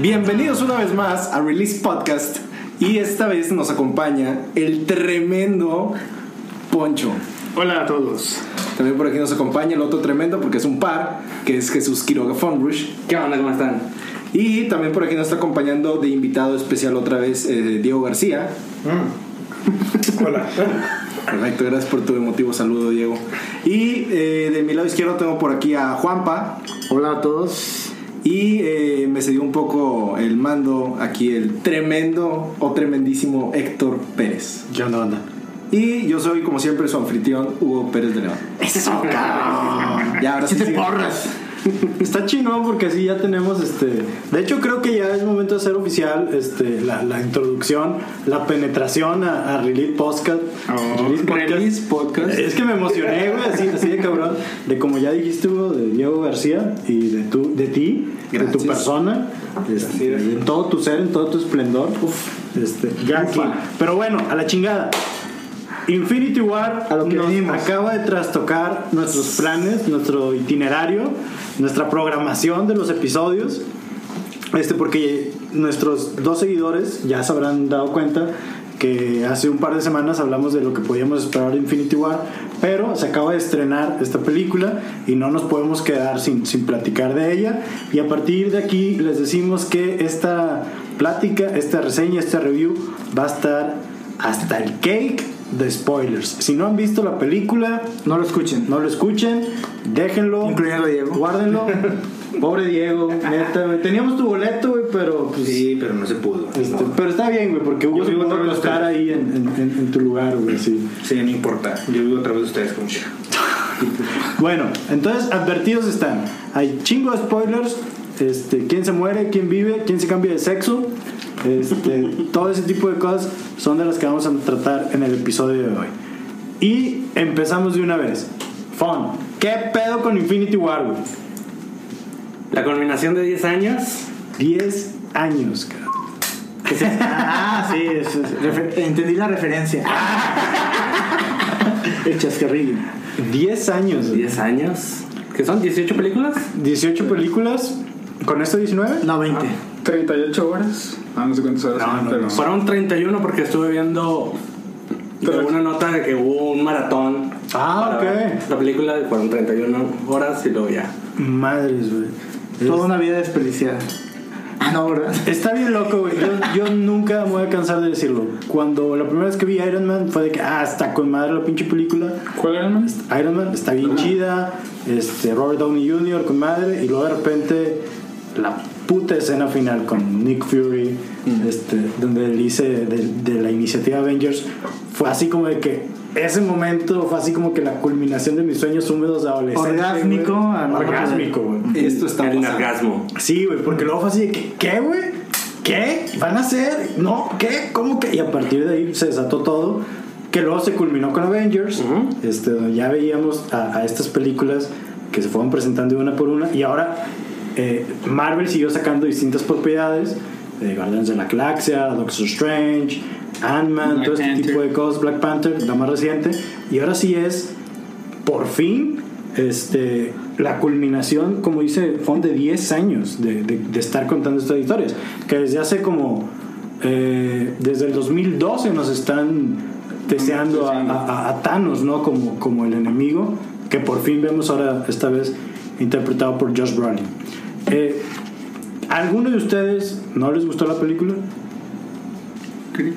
Bienvenidos una vez más a Release Podcast y esta vez nos acompaña el tremendo Poncho. Hola a todos. También por aquí nos acompaña el otro tremendo porque es un par, que es Jesús Quiroga Fonrush. ¿Qué onda? ¿Cómo están? Y también por aquí nos está acompañando de invitado especial otra vez eh, Diego García. Hola. Perfecto, gracias por tu emotivo saludo Diego. Y eh, de mi lado izquierdo tengo por aquí a Juanpa. Hola a todos. Y eh, me cedió un poco el mando aquí el tremendo o tremendísimo Héctor Pérez. ¿Qué onda, onda? Y yo soy, como siempre, su anfitrión, Hugo Pérez de León. ¡Ese es un cabrón! Ya, ahora sí ¡Siete sigue. porras! Está chingón porque así ya tenemos este. De hecho, creo que ya es momento de hacer oficial este, la, la introducción, la penetración a, a Release Podcast. Oh, Release Podcast. Es que me emocioné, güey, así, así de cabrón. De como ya dijiste, Hugo, de Diego García y de, tu, de ti, de Gracias. tu persona, este, en todo tu ser, en todo tu esplendor. Uf, este, ya aquí. Pero bueno, a la chingada. Infinity War A lo que nos venimos. acaba de trastocar nuestros planes, nuestro itinerario, nuestra programación de los episodios. Este, porque nuestros dos seguidores ya se habrán dado cuenta que hace un par de semanas hablamos de lo que podíamos esperar de Infinity War, pero se acaba de estrenar esta película y no nos podemos quedar sin, sin platicar de ella. Y a partir de aquí les decimos que esta plática, esta reseña, esta review va a estar hasta el cake de spoilers. Si no han visto la película, No lo escuchen. no lo escuchen, déjenlo. Incluyendo a Diego. Guárdenlo. Pobre Diego, neta, güey. Teníamos tu boleto, güey, pero pues. Sí, pero no se pudo. este, pero está bien, güey, porque Hugo Yo se vivo pudo otra vez acostar usted. ahí en, en- en- en tu lugar, güey, sí. Sí, no importa. Yo vivo otra vez ustedes como quiera. Bueno, entonces advertidos están. Hay chingo de spoilers. Este, quién se muere, quién vive, quién se cambia de sexo. Este, todo ese tipo de cosas son de las que vamos a tratar en el episodio de hoy. Y empezamos de una vez. Fon, ¿qué pedo con Infinity War, güey? La culminación de 10 años. 10 años, cabrón. Ah, sí, es- es- refer- entendí la referencia. El chascarrillo. 10 años. güey. 10 años. ¿Qué son? ¿18 películas? 18 películas. ¿Con esto 19? No, 20. 38 horas. Ah, no sé cuántas horas. son, pero- Ah, Fueron 31 porque estuve viendo de Pero- una nota de que hubo un maratón. Ah, para ver ok. La película fueron 31 horas y luego ya. Madres, güey. Toda una vida desperdiciada. Ah, no, ¿verdad? Está bien loco, güey. Yo, yo nunca me voy a cansar de decirlo. Cuando la primera vez que vi Iron Man fue de que, ah, está con madre la pinche película. ¿Cuál era el más? Iron Man está bien chida. Este, Robert Downey Jr. con madre. Y luego de repente la puta escena final con Nick Fury. Este, donde él dice de, de la iniciativa Avengers. Fue así como de que ese momento fue así como que la culminación de mis sueños húmedos de adolescente. güey. Orgásmico, a la Orgásmico, güey. Esto está El pasando. orgasmo. Sí, güey, porque luego fue así de que, ¿qué, güey? ¿Qué? ¿Van a hacer? No, ¿qué? ¿Cómo que? Y a partir de ahí se desató todo, que luego se culminó con Avengers, Ujú. este, donde ya veíamos a, a estas películas que se fueron presentando una por una, y ahora eh, Marvel siguió sacando distintas propiedades, eh, Guardianes de la Galaxia, Doctor Strange, Ant-Man, Black todo este Panther. tipo de cosas, Black Panther, la más reciente, y ahora sí es por fin este, la culminación, como dice Fon, de 10 años de, de- de estar contando estas historias, que desde hace como, eh, desde el 2012 nos están deseando a, a- a Thanos, ¿no? Como, como el enemigo, que por fin vemos ahora, esta vez, interpretado por Josh Brolin. Eh, ¿Alguno de ustedes no les gustó la película?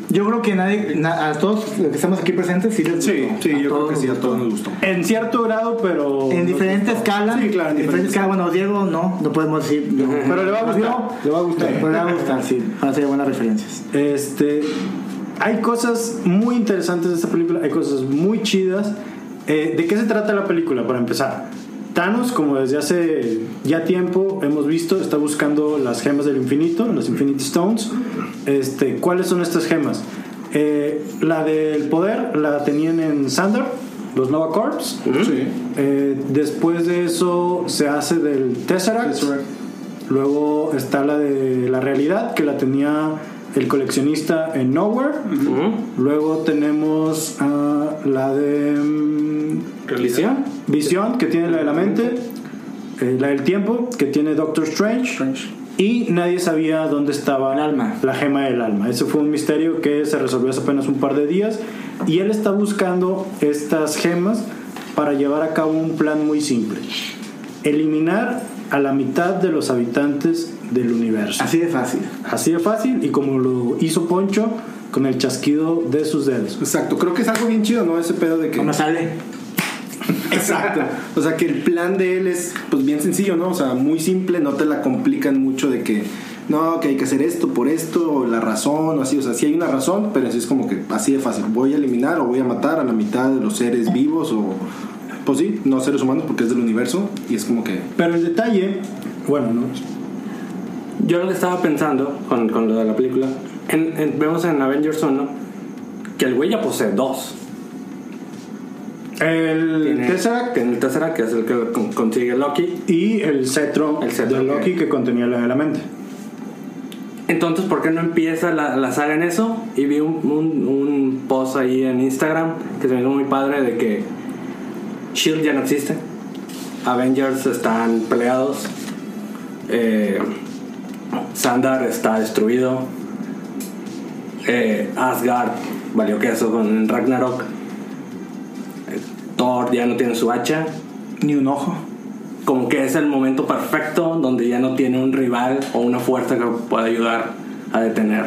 Yo creo que nadie, na- a todos los que estamos aquí presentes, sí les Sí, gustó. sí, A yo creo todos que sí, les a gustó. todos nos gustó. En cierto grado, pero... En diferente escala. Sí, claro, en en diferente diferente escala. Bueno, Diego no, no podemos decir. no. Pero le va a gustar, le va a gustar. Pero le va a gustar, sí. Van a ser buenas referencias. Este, hay cosas muy interesantes de esta película, hay cosas muy chidas. Eh, ¿De qué se trata la película, para empezar? Thanos, como desde hace ya tiempo hemos visto, está buscando las gemas del infinito, las Infinity Stones. Este, ¿Cuáles son estas gemas? Eh, la del poder la tenían en Sander, los Nova Corps. Sí. Eh, después de eso se hace del Tesseract. Tesseract. Luego está la de la realidad, que la tenía el coleccionista en Nowhere. Ujú. Luego tenemos ah, la de mm, ¿Religión? Visión, que tiene la de la mente. Eh, la del tiempo, que tiene Doctor Strange. y nadie sabía dónde estaba El alma. la gema del alma. Eso fue un misterio que se resolvió hace apenas un par de días y él está buscando estas gemas para llevar a cabo un plan muy simple. Eliminar a la mitad de los habitantes del universo. Así de fácil. Así de fácil y como lo hizo Poncho con el chasquido de sus dedos. Exacto, creo que es algo bien chido, ¿no? Ese pedo de que... ¿Cómo sale? Exacto. O sea, que el plan de él es pues bien sencillo, ¿no? O sea, muy simple, no te la complican mucho de que no, que hay que hacer esto por esto, o la razón, o así. O sea, sí hay una razón, pero así es como que así de fácil. Voy a eliminar o voy a matar a la mitad de los seres vivos o. Pues sí, no seres humanos porque es del universo y es como que. Pero el detalle, bueno, no. Yo lo que estaba pensando con, con lo de la película, en- en- vemos en Avengers 1 que el güey ya posee dos. El Tiene- Tesseract Tiene el Tesseract, que es el que con- consigue Loki. y el cetro, El cetro, de Loki ok. que contenía la de la mente. Entonces, ¿por qué no empieza la, la saga en eso? Y vi un, un, un post ahí en Instagram que se me hizo muy padre de que Shield E ya no existe. Avengers están peleados. Eh, Sandar está destruido. Eh, Asgard valió queso con Ragnarok. Eh, Thor ya no tiene su hacha Ni un ojo. como que es el momento perfecto donde ya no tiene un rival o una fuerza que pueda ayudar a detener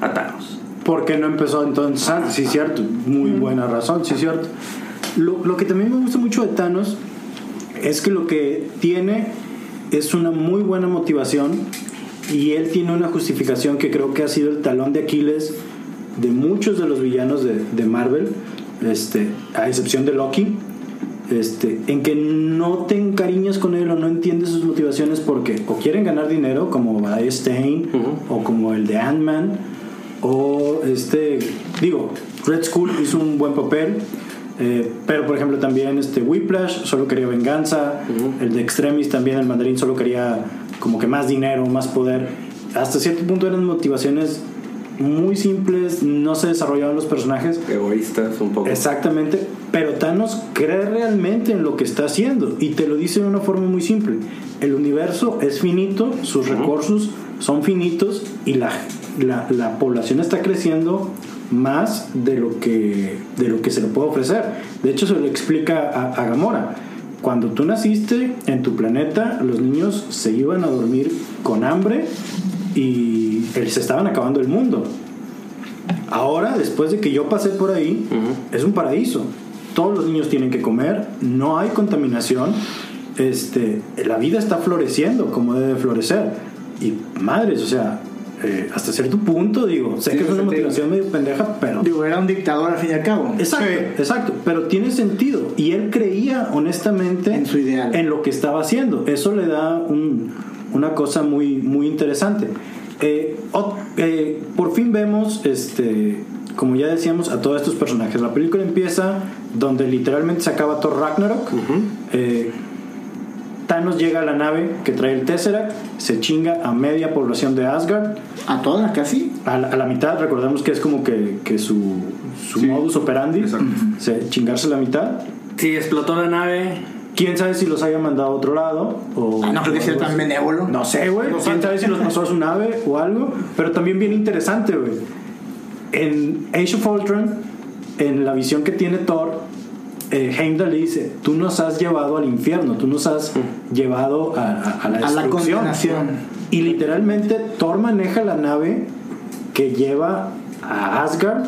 a Thanos. ¿Por qué no empezó entonces? Ah, sí, cierto. Muy buena razón, sí, cierto. Lo, lo que también me gusta mucho de Thanos es que lo que tiene es una muy buena motivación y él tiene una justificación que creo que ha sido el talón de Aquiles de muchos de los villanos de, de Marvel, este, a excepción de Loki, este, en que no te encariñas con él o no entiendes sus motivaciones porque o quieren ganar dinero como Brian Stein Ujú. o como el de Ant-Man o este, digo, Red Skull hizo un buen papel. eh, pero por ejemplo también este Whiplash solo quería venganza, el de Extremis también el mandarín solo quería como que más dinero, más poder. Hasta cierto punto eran motivaciones muy simples, no se desarrollaban los personajes, Egoístas un poco. Exactamente, pero Thanos cree realmente en lo que está haciendo y te lo dice de una forma muy simple. El universo es finito, sus recursos son finitos y la, la, la población está creciendo más de lo, que, de lo que se le puede ofrecer. De hecho, se lo explica a, a Gamora. Cuando tú naciste en tu planeta, los niños se iban a dormir con hambre y eh, se estaban acabando el mundo. Ahora, después de que yo pasé por ahí, es un paraíso. Todos los niños tienen que comer, no hay contaminación, este, la vida está floreciendo como debe florecer. Y madres, o sea, eh, hasta cierto punto, digo, sé Sí, que es o una sea, te digo- motivación medio pendeja, pero... Digo, era un dictador al fin y al cabo. Exacto, exacto, pero tiene sentido. Y él creía honestamente En su ideal. en lo que estaba haciendo. Eso le da un- una cosa muy, muy interesante. Eh, ot- eh, por fin vemos, este, como ya decíamos, a todos estos personajes. La película empieza donde literalmente se acaba Thor Ragnarok. Eh, Thanos llega a la nave que trae el Tesseract, se chinga a media población de Asgard. A todas casi. A la, a la mitad, recordemos que es como que, que su, su modus operandi, se- chingarse la mitad. Sí, explotó la nave. Quién sabe si los haya mandado a otro lado o. Ah, no creo que o sea algo tan así. benévolo. No sé, güey. Quién sabe si los pasó a su nave o algo. Pero también bien interesante, güey. En Age of Ultron, en la visión que tiene Thor, eh, Heimdall le dice: Tú nos has llevado al infierno, tú nos has llevado a, a- a la A la destrucción". condenación. Y literalmente Thor maneja la nave que lleva a Asgard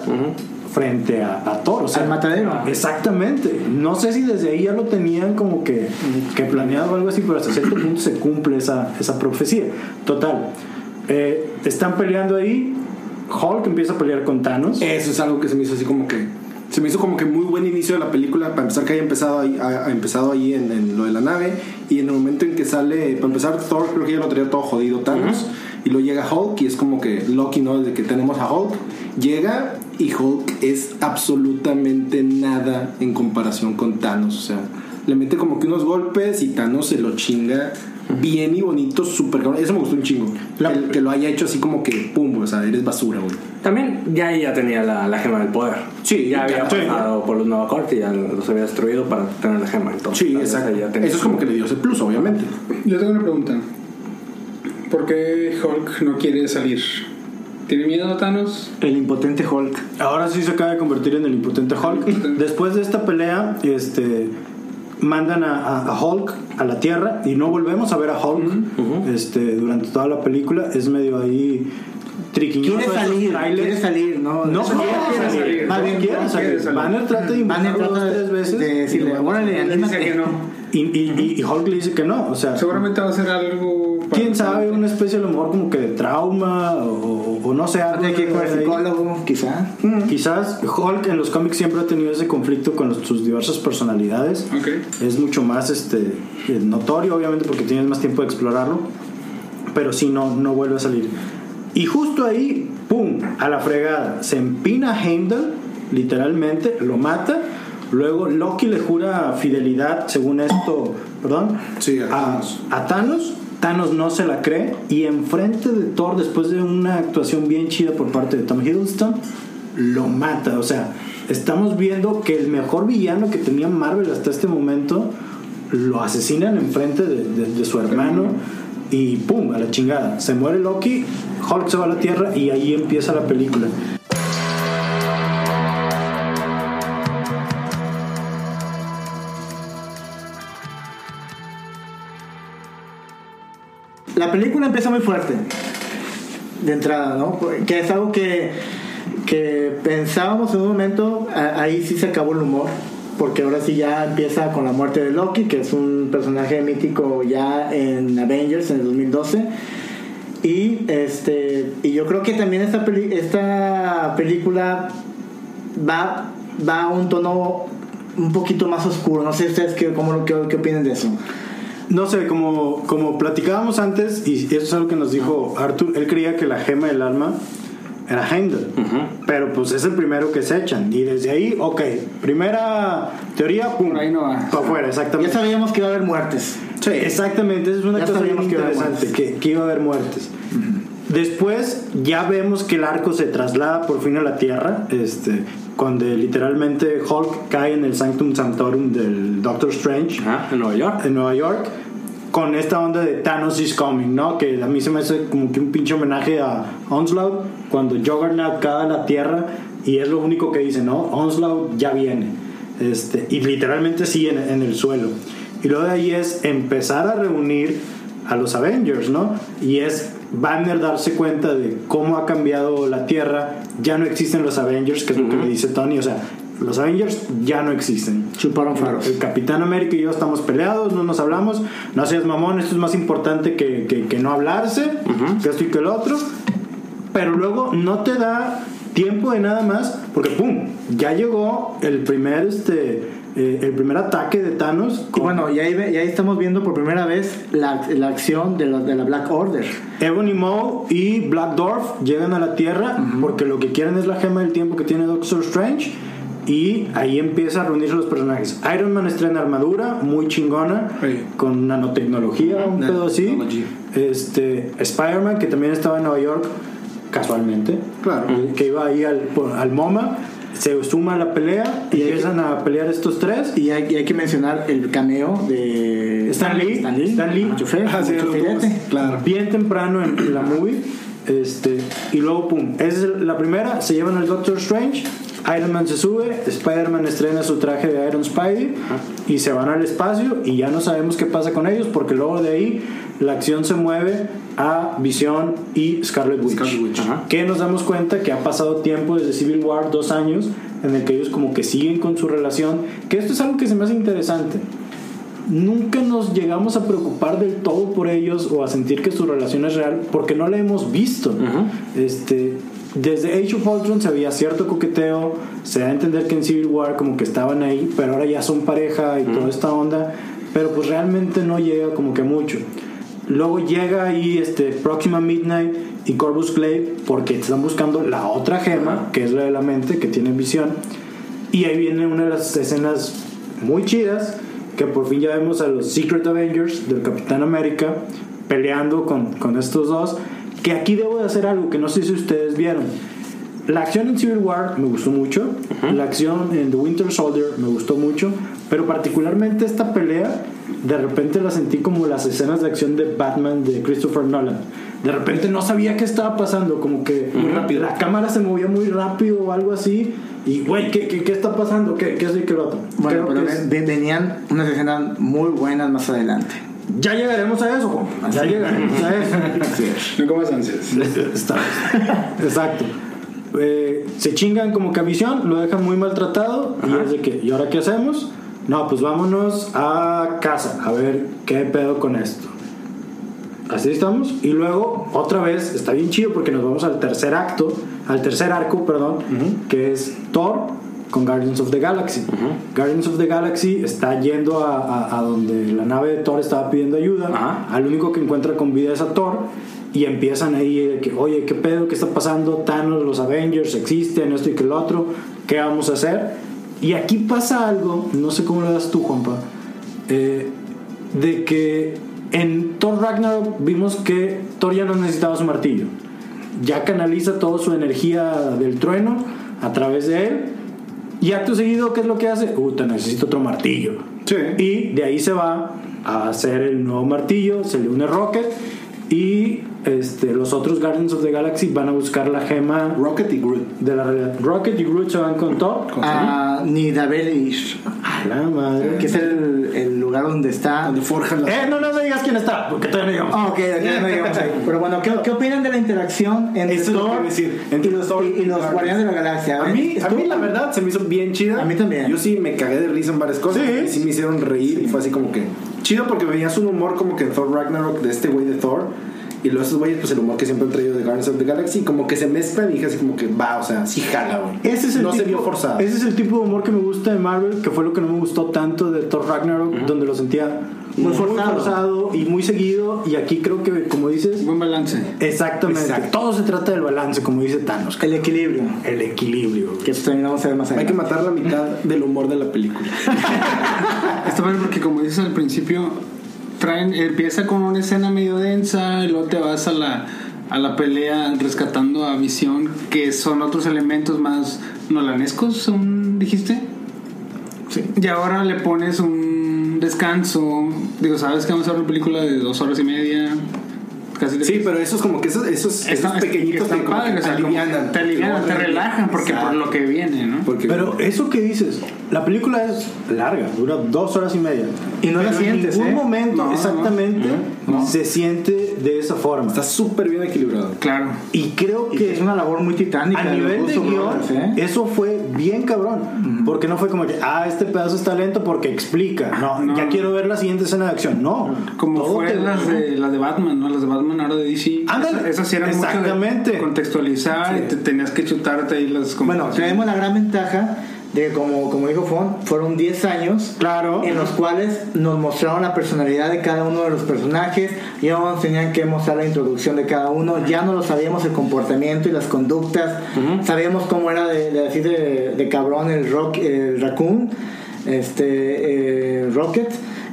frente a, a Thor. O sea, Al matadero. Exactamente. No sé si desde ahí ya lo tenían como que, que planeado o algo así, pero hasta cierto punto se cumple esa, esa profecía. Total. eh, están peleando ahí. Hulk empieza a pelear con Thanos. Eso es algo que se me hizo así como que. Se me hizo como que muy buen inicio de la película. Para empezar, que haya empezado ahí, ha- ha empezado ahí en, en lo de la nave. Y en el momento en que sale. Para empezar, Thor creo que ya lo traía todo jodido Thanos. Y luego llega Hulk. Y es como que Loki, ¿no? Desde que tenemos a Hulk. Llega y Hulk es absolutamente nada en comparación con Thanos. O sea, le mete como que unos golpes y Thanos se lo chinga. Bien y bonito, súper cabrón. Eso me gustó un chingo. El que lo haya hecho así como que, pum, o sea, eres basura, güey. También ya ahí ya tenía la, la gema del poder. Sí, ya había sí. pasado por los Nova Corps y ya los había destruido para tener la gema. Entonces, Sí, tal vez exacto. ahí ya tenía Eso es como que le dio ese plus, obviamente. Yo tengo una pregunta. ¿Por qué Hulk no quiere salir? ¿Tiene miedo a Thanos? El impotente Hulk. Ahora sí se acaba de convertir en el impotente Hulk. Después de esta pelea, este, mandan a, a- a Hulk a la Tierra y no volvemos a ver a Hulk este, durante toda la película. Es medio ahí triquiñoso. Quiere esos salir, trailers. quiere salir, ¿no? No, Eso quiere quiere salir. salir, Más no bien quiere quiere salir. salir. Banner trata de Banner invitarlo trata dos, tres veces. de decirle, órale, Él dice anímate. que no. Y, y- y- y Hulk le dice que no. O sea, Seguramente va a ser algo. para- quién sabe, una especie a lo mejor como que de trauma o, o- o no sé. Va a algo tener que ir con el ahí. psicólogo, quizá. Quizás Hulk en los cómics siempre ha tenido ese conflicto con los- sus diversas personalidades. Ok. Es mucho más este, eh, notorio, obviamente, porque tienes más tiempo de explorarlo. Pero si no, no vuelve a salir. Y justo ahí, ¡pum! A la fregada. Se empina Heimdall, literalmente, lo mata. Luego Loki le jura fidelidad, según esto, perdón, Sí, a a, Thanos. a Thanos. Thanos no se la cree. Y enfrente de Thor, después de una actuación bien chida por parte de Tom Hiddleston, lo mata. O sea, estamos viendo que el mejor villano que tenía Marvel hasta este momento lo asesinan enfrente de, de- de su hermano. Y pum, a la chingada. Se muere Loki, Hulk se va a la tierra y ahí empieza la película. La película empieza muy fuerte. De entrada, ¿no? Que es algo que, que pensábamos en un momento, a- ahí sí se acabó el humor. Porque ahora sí ya empieza con la muerte de Loki, que es un personaje mítico ya en Avengers en el 2012. Y, este, y yo creo que también esta, peli- esta película va, va a un tono un poquito más oscuro. No sé ustedes qué, cómo, lo- qué, qué opinan de eso. No sé, como, como platicábamos antes, y eso es algo que nos dijo Arthur, él creía que la gema del alma era Heimdall, pero pues es el primero que se echan. Y desde ahí, ok, primera teoría, pum, Por ahí no va. para afuera, Ya exactamente. sabíamos que iba a haber muertes. Sí, exactamente, esa es una Ya cosa bien sabíamos que iba a haber interesante, que, que iba a haber muertes. Después ya vemos que el arco se traslada por fin a la Tierra, este, cuando literalmente Hulk cae en el Sanctum Sanctorum del Doctor Strange Ajá, en Nueva York. en Nueva York con esta onda de Thanos is coming, ¿no? Que a mí se me hace como que un pinche homenaje a Onslaught cuando Juggernaut cae a la Tierra y es lo único que dice, ¿no? Onslaught ya viene. Este, y literalmente sí en, en el suelo. Y lo de ahí es empezar a reunir a los Avengers, ¿no? Y es Banner darse cuenta de cómo ha cambiado la Tierra, ya no existen los Avengers, que es lo que le dice Tony, o sea, los Avengers ya no existen. Chuparon faros. El Capitán América y yo estamos peleados, no nos hablamos. No seas mamón, esto es más importante que, que- que no hablarse, que esto y que el otro. Pero luego no te da tiempo de nada más, porque pum, ya llegó el primer, este, eh, el primer ataque de Thanos. Y con bueno, y ahí, ve- y ahí estamos viendo por primera vez la, la acción de la, de la Black Order. Ebony Maw y Black Dwarf llegan a la Tierra porque lo que quieren es la gema del tiempo que tiene Doctor Strange y ahí empieza a reunirse los personajes. Iron Man estrena armadura muy chingona Sí. con nanotecnología, un pedo así. Nanotecnología. Este, Spider-Man que también estaba en Nueva York casualmente, eh, Claro. que iba ahí al, por- al MoMA, se suma a la pelea y empiezan a pelear estos tres. Y hay, y hay que mencionar el cameo de Stan Lee. Stan Lee. Stan Lee. como chofer, Ah, como sí, los choferete. dos, Claro. bien temprano en la movie. Este, y luego, pum, esa es la primera, se llevan al Doctor Strange, Iron Man se sube, Spider-Man estrena su traje de Iron Spidey y se van al espacio y ya no sabemos qué pasa con ellos porque luego de ahí la acción se mueve a Visión y Scarlet Witch. Scarlet Witch. Ajá. Que nos damos cuenta que ha pasado tiempo desde Civil War, dos años, en el que ellos como que siguen con su relación, que esto es algo que se me hace interesante nunca nos llegamos a preocupar del todo por ellos o a sentir que su relación es real porque no la hemos visto. Este, desde Age of Ultron se había cierto coqueteo, se da a entender que en Civil War como que estaban ahí, pero ahora ya son pareja y toda esta onda, pero pues realmente no llega como que mucho. Luego llega ahí este Proxima Midnight y Corvus Clay porque están buscando la otra gema, que es la de la mente, que tiene visión. Y ahí viene una de las escenas muy chidas, que por fin ya vemos a los Secret Avengers del Capitán América peleando con, con estos dos, que aquí debo de hacer algo que no sé si ustedes vieron. La acción en Civil War me gustó mucho, la acción en The Winter Soldier me gustó mucho, pero particularmente esta pelea de repente la sentí como las escenas de acción de Batman de Christopher Nolan. De repente no sabía qué estaba pasando, como que Muy rápido. la cámara se movía muy rápido o algo así. Y, güey, ¿qué, qué, qué está pasando? ¿Qué, qué es y qué lo otro? Bueno, Creo pero que es- ve- venían unas escenas muy buenas más adelante. Ya llegaremos a eso, Juan. Ya llegaremos a eso. No comas ansias. Está- Exacto. Eh, se chingan como que a Visión, lo dejan muy maltratado y es de que, ¿y ahora qué hacemos? No, pues vámonos a casa a ver qué pedo con esto. Así estamos. Y luego, otra vez, está bien chido porque nos vamos al tercer acto, al tercer arco, perdón, que es Thor con Guardians of the Galaxy. Guardians of the Galaxy está yendo a, a- a donde la nave de Thor estaba pidiendo ayuda. Ajá. Al único que encuentra con vida es a Thor. Y empiezan ahí, de que, oye, ¿qué pedo? ¿Qué está pasando? Thanos, los Avengers existen, esto y que lo otro. ¿Qué vamos a hacer? Y aquí pasa algo, no sé cómo lo das tú, Juanpa eh, de que en Thor Ragnarok vimos que Thor ya no necesitaba su martillo. Ya canaliza toda su energía del trueno a través de él. Y acto seguido, ¿qué es lo que hace? Uh, te necesito otro martillo. Sí. Y de ahí se va a hacer el nuevo martillo, se le une Rocket y este, los otros Guardians of the Galaxy van a buscar la gema Rocket y Groot. de la realidad. Rocket y Groot se van con Thor. A Ah, Nidavellir, A la madre. que es el, el lugar donde está. Donde forjan las. Eh, no, no me digas quién está, porque todavía no llegamos. Ah, ok, ok, no llegamos ahí. Pero bueno, ¿qué, qué opinan de la interacción entre Eso es lo que Thor iba a decir, y entre los, Thor y, y y los Guardianes. Guardianes de la Galaxia? A mí, a mí, la verdad, se me hizo bien chida. A mí también. Yo sí me cagué de risa en varias cosas. Sí. Y sí me hicieron reír y fue así como que... Chido porque veías un humor como que Thor Ragnarok de este güey de Thor. Y luego esos güeyes, pues el humor que siempre han traído de Guardians of the Galaxy. Como que se mezclan y dije así como que va, o sea, sí jala, güey. Ese es el no tipo, se vio forzado. Ese es el tipo de humor que me gusta de Marvel, que fue lo que no me gustó tanto de Thor Ragnarok, donde lo sentía muy, forzado. y muy seguido. Y aquí creo que, como dices, Buen balance. exactamente. Exacto. Todo se trata del balance, como dice Thanos. El equilibrio, El equilibrio. que eso también lo vamos a ver más Hay que adelante. matar la mitad del humor de la película. Está padre porque como dices al principio, traen, empieza con una escena medio densa y luego te vas a la, a la pelea rescatando a Visión, que son otros elementos más nolanescos, son- dijiste. Sí. Y ahora le pones un descanso. Digo, sabes que vamos a ver una película de dos horas y media. Casi tres. Sí, pero eso es como que esos, esos, Está- esos pequeñitos están que como padres, que o sea, como alivianan. te alivianan, te Exacto. relajan porque por lo que viene, ¿no? Porque- Pero eso que dices, la película es larga, dura dos horas y media. Y no la Pero sientes, En ningún ¿eh? momento, No, no, exactamente, no. se siente de esa forma. Está súper bien equilibrado. Claro. Y creo Y que es una labor muy titánica. A los nivel de Russo guión, Brothers, ¿eh? eso fue bien cabrón. Porque no fue como que, ah, este pedazo está lento porque explica. No, Ah, No. ya quiero ver la siguiente escena de acción. No. Como todo fue te- las de, las de Batman, ¿no? Las de Batman ahora de DC. Ándale. Esas- Esas sí eran mucho de Exactamente. contextualizar y te tenías que chutarte ahí las Bueno, conversaciones. tenemos la gran ventaja de que, como, como dijo Fon, fueron 10 años Claro. en los cuales nos mostraron la personalidad de cada uno de los personajes, ya nos tenían que mostrar la introducción de cada uno, ya no lo sabíamos el comportamiento y las conductas, sabíamos cómo era de, de decir de, de cabrón el rock, el raccoon, este eh, Rocket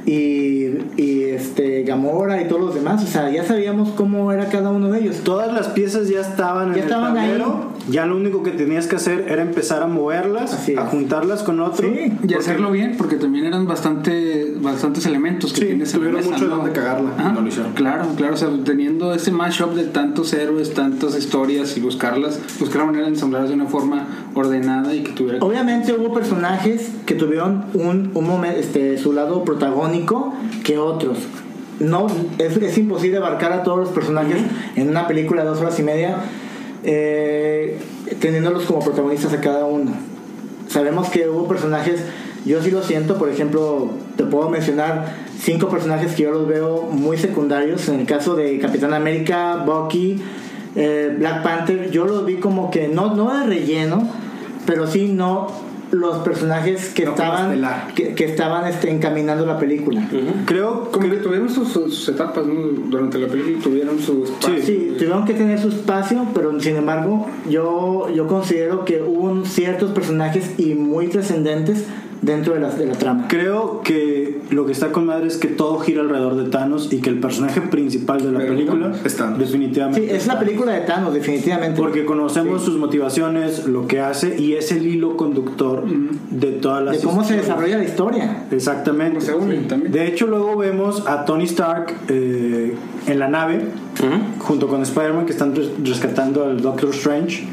y, y este Gamora y todos los demás, o sea, ya sabíamos cómo era cada uno de ellos. Todas las piezas ya estaban Ya en estaban el ahí. tablero. Ya lo único que tenías que hacer era empezar a moverlas, Así es. a juntarlas con otro. Sí. y hacerlo bien, porque también eran bastante, bastantes elementos que Sí, tienes en la tuvieron mesa, mucho de ¿no? dónde cagarla, Ajá. no lo hicieron. Claro, claro, o sea, teniendo ese mashup de tantos héroes, tantas historias y buscarlas, buscar la manera de ensamblarlas de una forma ordenada y que tuviera. Obviamente hubo personajes que tuvieron un, un momen- este, su lado protagónico que otros. No, es, es imposible abarcar a todos los personajes en una película de dos horas y media, eh, teniéndolos como protagonistas a cada uno. Sabemos que hubo personajes, yo sí lo siento, por ejemplo, te puedo mencionar cinco personajes que yo los veo muy secundarios, en el caso de Capitán América, Bucky, eh, Black Panther, yo los vi como que no, no de relleno, pero sí no los personajes que No como estaban estelar. que, que estaban este, encaminando la película Creo Como que tuvieron sus, sus etapas, ¿no? Durante la película tuvieron sus. sí. tuvieron que tener su espacio pero sin embargo yo yo considero que hubo un- ciertos personajes y muy trascendentes dentro de la, de la trama. Creo que lo que está con madre es que todo gira alrededor de Thanos y que el personaje principal de la Pero película es Thanos. definitivamente Sí, es la película de Thanos, definitivamente. porque conocemos sus motivaciones, lo que hace y es el hilo conductor de todas las de cómo se historias. desarrolla la historia. Exactamente. Cómo se unen también. De hecho, luego vemos a Tony Stark eh, en la nave junto con Spider-Man que están res- rescatando al Doctor Strange.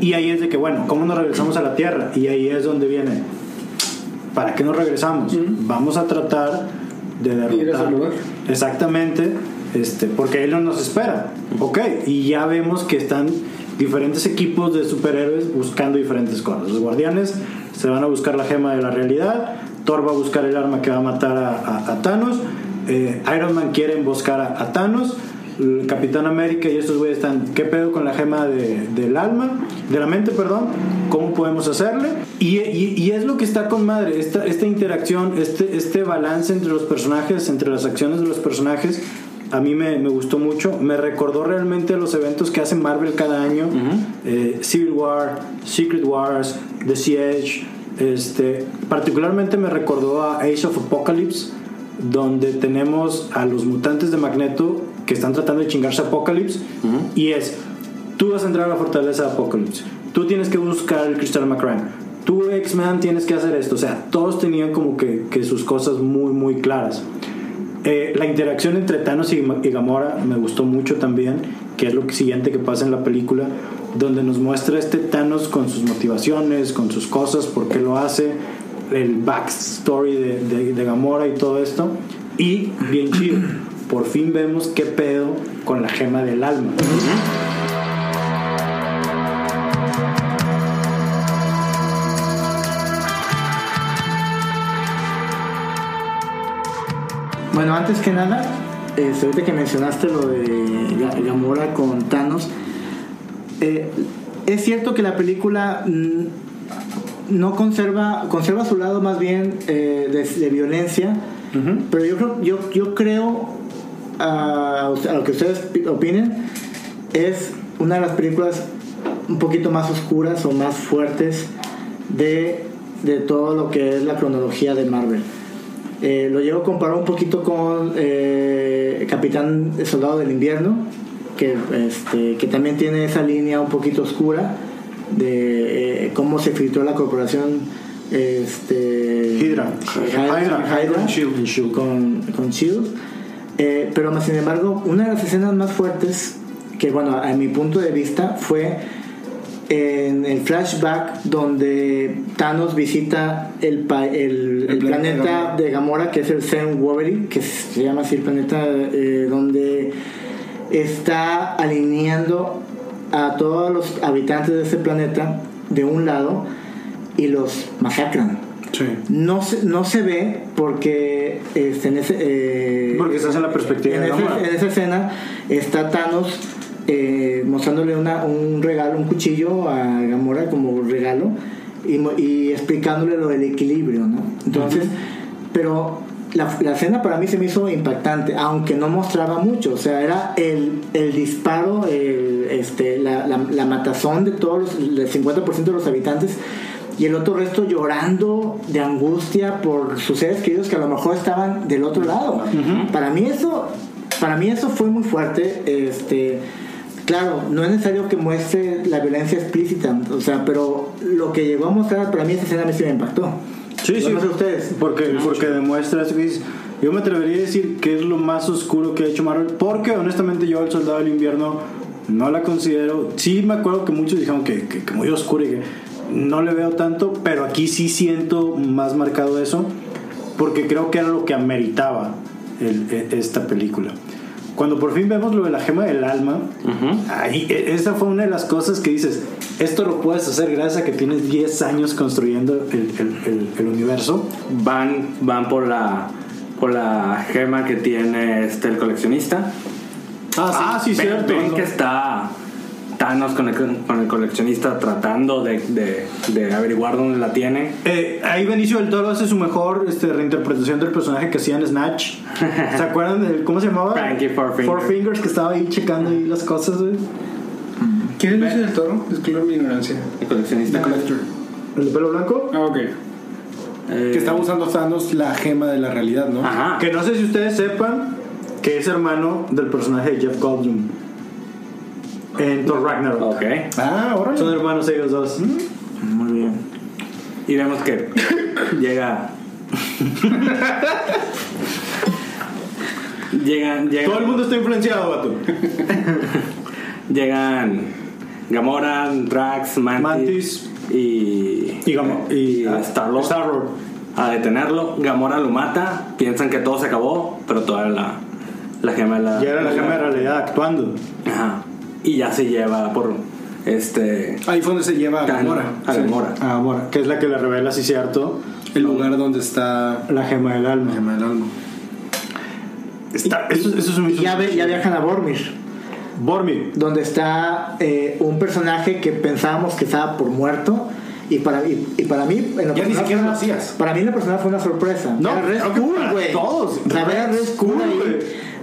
Y ahí es de que, bueno, ¿cómo nos regresamos a la Tierra? Y ahí es donde viene. ¿Para qué nos regresamos? Vamos a tratar de Ir a derrotar. ese lugar. Exactamente, este, porque él no nos espera. Ok, y ya vemos que están diferentes equipos de superhéroes buscando diferentes cosas. Los guardianes se van a buscar la gema de la realidad, Thor va a buscar el arma que va a matar a, a- a Thanos, eh, Iron Man quiere emboscar a, a Thanos, el Capitán América y estos güeyes están, ¿qué pedo con la gema de- del alma? De la mente, perdón, ¿cómo podemos hacerle? Y, y- y es lo que está con madre, esta, esta interacción, este, este balance entre los personajes, entre las acciones de los personajes, a mí me, me gustó mucho, me recordó realmente los eventos que hace Marvel cada año, eh, Civil War, Secret Wars, The Siege, este, particularmente me recordó a Age of Apocalypse, donde tenemos a los mutantes de Magneto que están tratando de chingarse a Apocalypse y es tú vas a entrar a la fortaleza de Apocalypse tú tienes que buscar el cristal McCrane tú X-Men tienes que hacer esto o sea todos tenían como que, que sus cosas muy muy claras Eh, la interacción entre Thanos y, Ma- y Gamora me gustó mucho también que es lo que- siguiente que pasa en la película donde nos muestra este Thanos con sus motivaciones con sus cosas por qué lo hace el backstory de, de, de Gamora y todo esto. Y bien chido, por fin vemos qué pedo con la gema del alma. Bueno, antes que nada, este, ahorita que mencionaste lo de Ga- Gamora con Thanos, eh, es cierto que la película mm, no conserva, conserva su lado más bien eh, de, de violencia, pero yo creo, yo, yo creo a, a lo que ustedes pi- opinen, es una de las películas un poquito más oscuras o más fuertes de, de todo lo que es la cronología de Marvel. Eh, lo llevo a comparar un poquito con eh, Capitán Soldado del Invierno, que, este, que también tiene esa línea un poquito oscura de eh, cómo se filtró la corporación este, Hydra. Hydra, Hydra, Hydra and Shield. Con, con Shield. Eh, pero más sin embargo, una de las escenas más fuertes, que bueno, a mi punto de vista, fue en el flashback donde Thanos visita el, pa- el, el planeta, de Gamora, que es el Zen Wolverine, que se llama así el planeta, eh, donde está alineando a todos los habitantes de ese planeta de un lado y los masacran. No se, no se ve porque este, en ese eh, Porque estás en la perspectiva en, de ese- Gamora. en esa escena está Thanos eh, mostrándole una- un regalo, un cuchillo a Gamora como regalo y, mo- y explicándole lo del equilibrio, ¿no? Entonces, pero la, la escena para mí se me hizo impactante, aunque no mostraba mucho, o sea, era el, el disparo, el, este, la, la- la matazón de todos los, del 50% de los habitantes y el otro resto llorando de angustia por sus seres queridos que a lo mejor estaban del otro lado. Para mí eso, para mí eso fue muy fuerte, este claro, no es necesario que muestre la violencia explícita, o sea, pero lo que llegó a mostrar para mí esa escena me sí me impactó. Sí, sí. No sé ustedes. Porque, porque demuestra eso que dices. Yo me atrevería a decir que es lo más oscuro que ha hecho Marvel. Porque honestamente yo, El Soldado del Invierno, no la considero. Sí, me acuerdo que muchos dijeron que, que- que muy oscura y que no le veo tanto. Pero aquí sí siento más marcado eso. Porque creo que era lo que ameritaba el- e- esta película. Cuando por fin vemos lo de la gema del alma, ahí, e- esa fue una de las cosas que dices, esto lo puedes hacer gracias a que tienes 10 años construyendo el, el- el- el universo. Van, van por la por la gema que tiene este el coleccionista. Ah, sí, ven, cierto. ven ¿no? que está Thanos con el, con el coleccionista tratando de, de- de averiguar dónde la tiene. Eh, ahí Benicio del Toro hace su mejor este, reinterpretación del personaje que hacía en Snatch. ¿Se acuerdan de cómo se llamaba? Frankie Four Fingers. Four Fingers, que estaba ahí checando ahí las cosas, güey. ¿Quién es Lucio del Toro? Disculpen mi ignorancia. El coleccionista. ¿El de pelo blanco? Ah, ok. Eh, Que estaba usando Thanos la gema de la realidad, ¿no? Ajá. Que no sé si ustedes sepan que es hermano del personaje de Jeff Goldblum en Thor Ragnarok. Ok. Mm. Ah, órale. Son hermanos ellos dos. Muy bien. Y vemos que llega. llegan, llegan. Todo el mundo está influenciado, vato. Llegan Gamora, Drax, Mantis, Mantis. y, Y Gamo- y- a Star-Lord Star-Lord. a detenerlo. Gamora lo mata, piensan que todo se acabó, pero todavía la, la gema de la- Y era la gema de realidad actuando. Ajá. Y ya se lleva por este Ahí fue donde se lleva a Tan- Gamora. a Sí. Gamora. Ahora, que es la que le revela, si es cierto, El lugar donde está la gema del la alma. gema del alma. Está- eso, eso es un Y ya, ve- ya viajan a Bormir, Bormir. donde está eh, un personaje que pensábamos que estaba por muerto. Y para, y, y para mí, en lo Ya ni personal, siquiera fue una- lo hacías. Para mí, la persona fue una sorpresa. No, Ver a Red claro que Skull, para güey. todos. O sea, ver a Red Red Skull Skull, ahí, güey.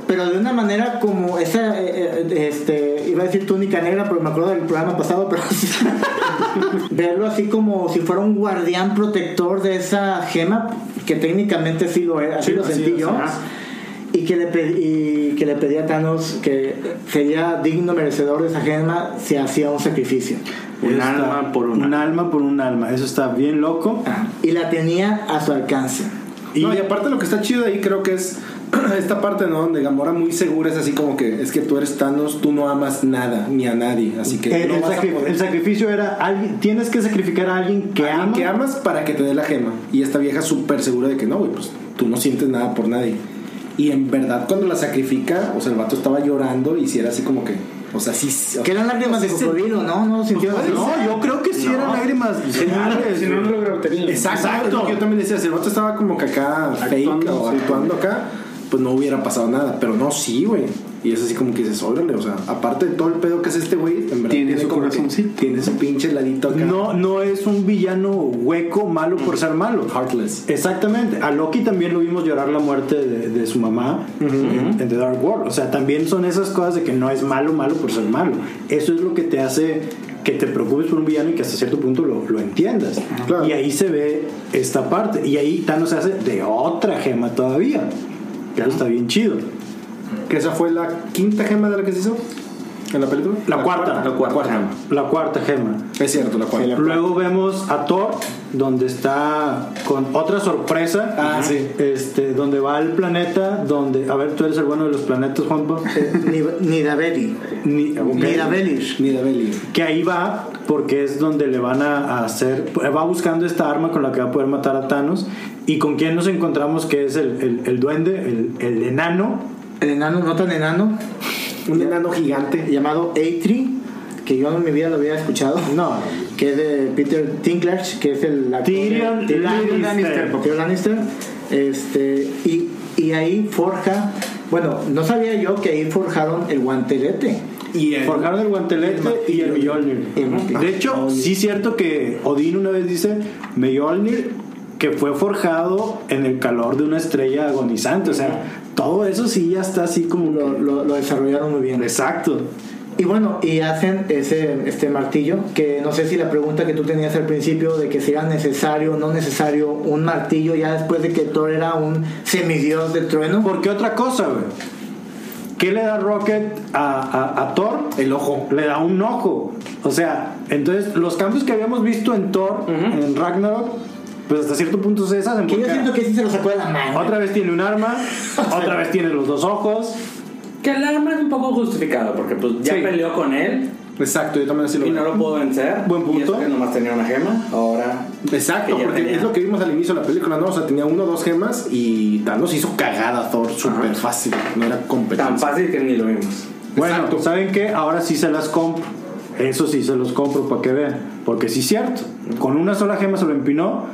Pero de una manera como esa, eh, eh, este, iba a decir túnica negra, pero me acuerdo del programa pasado, pero verlo así como si fuera un guardián protector de esa gema, que técnicamente sí lo era, así Sí, lo así sentí es, yo. ajá. Y que, le pe- y que le pedía a Thanos que sería digno merecedor de esa gema si hacía un sacrificio. Un Eso alma por un alma. alma por un alma. Eso está bien loco. Y la tenía a su alcance. Y- No, y aparte lo que está chido ahí creo que es esta parte, ¿no? Donde Gamora muy segura es así como que es que tú eres Thanos, tú no amas nada ni a nadie, así Eh, que el, no Eh, el vas a sacri- poder- el sacrificio era alguien, tienes que sacrificar a alguien que Alguien ama. que amas para que te dé la gema. Y esta vieja súper segura de que no, güey, pues tú no sientes nada por nadie. Y en verdad cuando la sacrifica, o sea, el vato estaba llorando y si era así como que, o sea, sí, sí, o Que sea, eran lágrimas de sí, sí. cocodrilo, ¿no? No lo sintieron así. No, yo creo que sí eran lágrimas. señores. Ah, Si no, no lo grabaría. Exacto. es lo que Yo también decía, si el vato estaba como que acá fake Actuando, o sí. actuando acá, pues no hubiera pasado nada. Pero no, sí, güey. Y es así como que dices, órale, o sea, aparte de todo el pedo que es este güey, en verdad Tiene su como que- corazoncito. Tiene su pinche ladito acá. No, no es un villano hueco malo por ser malo. Heartless. Exactamente. A Loki también lo vimos llorar la muerte de, de su mamá en, en The Dark World. O sea, también son esas cosas de que no es malo, malo por ser malo. Eso es lo que te hace que te preocupes por un villano y que hasta cierto punto lo, lo entiendas. Claro. Y ahí se ve esta parte. Y ahí Thanos se hace de otra gema todavía. Que eso está bien chido. Que esa fue la quinta gema de la que se hizo en la película. La cuarta. La cuarta. gema. La cuarta gema. Es cierto, la cuarta. Luego vemos a Thor, donde está con otra sorpresa. Ah, Ajá. sí. Este, donde va al planeta, donde. A ver, tú eres el bueno de los planetas, Juanpa. Ni- ni Daveri. Ni, ok. Mirabelish. Ni de Belly. Que ahí va, porque es donde le van a a hacer. Va buscando esta arma con la que va a poder matar a Thanos. Y con quien nos encontramos, que es el, el- el duende, el, el enano. El enano, no tan enano, Un enano gigante. llamado Eitri, que yo en mi vida lo había escuchado. No. Que es de Peter Tinklage, que es el actor- Tyrion Lannister. Tyrion Lannister. Este, y, y ahí forja. Bueno, no sabía yo que ahí forjaron el guantelete. Y el- Forjaron el guantelete y el Mjolnir. El martillo. De hecho, sí es cierto que Odín una vez dice Mjolnir que fue forjado en el calor de una estrella agonizante. O sea, todo eso sí ya está así como... Lo, lo- lo desarrollaron muy bien. Exacto. Y bueno, y hacen ese este martillo, que no sé si la pregunta que tú tenías al principio de que si era necesario o no necesario un martillo ya después de que Thor era un semidios del trueno. ¿Por qué otra cosa, güey? ¿Qué le da Rocket a, a- a Thor? El ojo. Le da un ojo. O sea, entonces los cambios que habíamos visto en Thor, en Ragnarok, pues hasta cierto punto se deshacen. Que yo porque siento que sí se lo sacó de la mano. Otra vez tiene un arma, otra vez tiene los dos ojos. Que el arma es un poco justificado porque pues ya Sí. peleó con él Exacto, yo también así lo y veo. no lo pudo vencer. Buen punto. Y eso que nomás tenía una gema. Ahora Exacto, Que ya porque tenía. es lo que vimos al inicio de la película, ¿no? O sea, tenía uno o dos gemas y Thanos hizo cagada a Thor súper fácil, no era tan competencia. fácil que ni lo vimos. Bueno, Exacto. ¿saben qué? Ahora sí se las compro. Eso sí se los compro para que vean. Porque sí es cierto. Con una sola gema se lo empinó.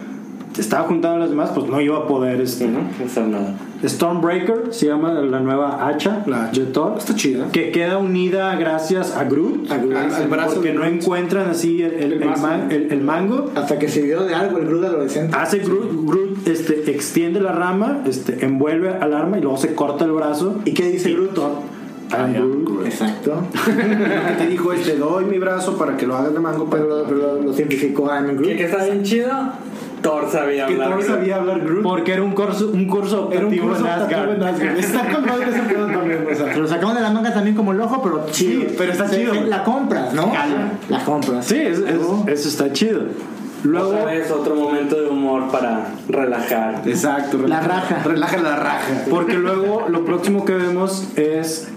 Estaba juntando las demás, pues no iba a poder. Este. No hacer nada. Stormbreaker se llama la nueva hacha La hacha. de Thor, Está chida. Que queda unida gracias a Groot. A Groot. Al- al brazo Porque de no Groot. encuentran así el, el- el man- el- el mango. Hasta que se dio de algo el grudo adolescente. Hace Groot, Groot, este, extiende la rama, este, envuelve al arma y luego se corta el brazo. ¿Y qué dice Gruto? Ah, I'm Groot. Exacto. Lo que te dijo es, te doy mi brazo para que lo hagas de mango, Pero pero lo, pero lo- lo simplificó I'm Que, Groot. que está bien chido Thor sabía Que hablar. Thor sabía hablar Groot. Porque era un curso, un curso Era un optativo curso en Asgard. optativo en Asgard. Está con madre ese pedo también, o sea. Lo sacamos de la manga también como el ojo, pero chido. pero está Se- chido. se- La compras, ¿no? Jala. La compras. Sí, es- es- Oh. eso está chido. Luego, Otra vez otro momento de humor para relajar. Exacto. La relaja- raja. Relaja la raja. porque luego lo próximo que vemos es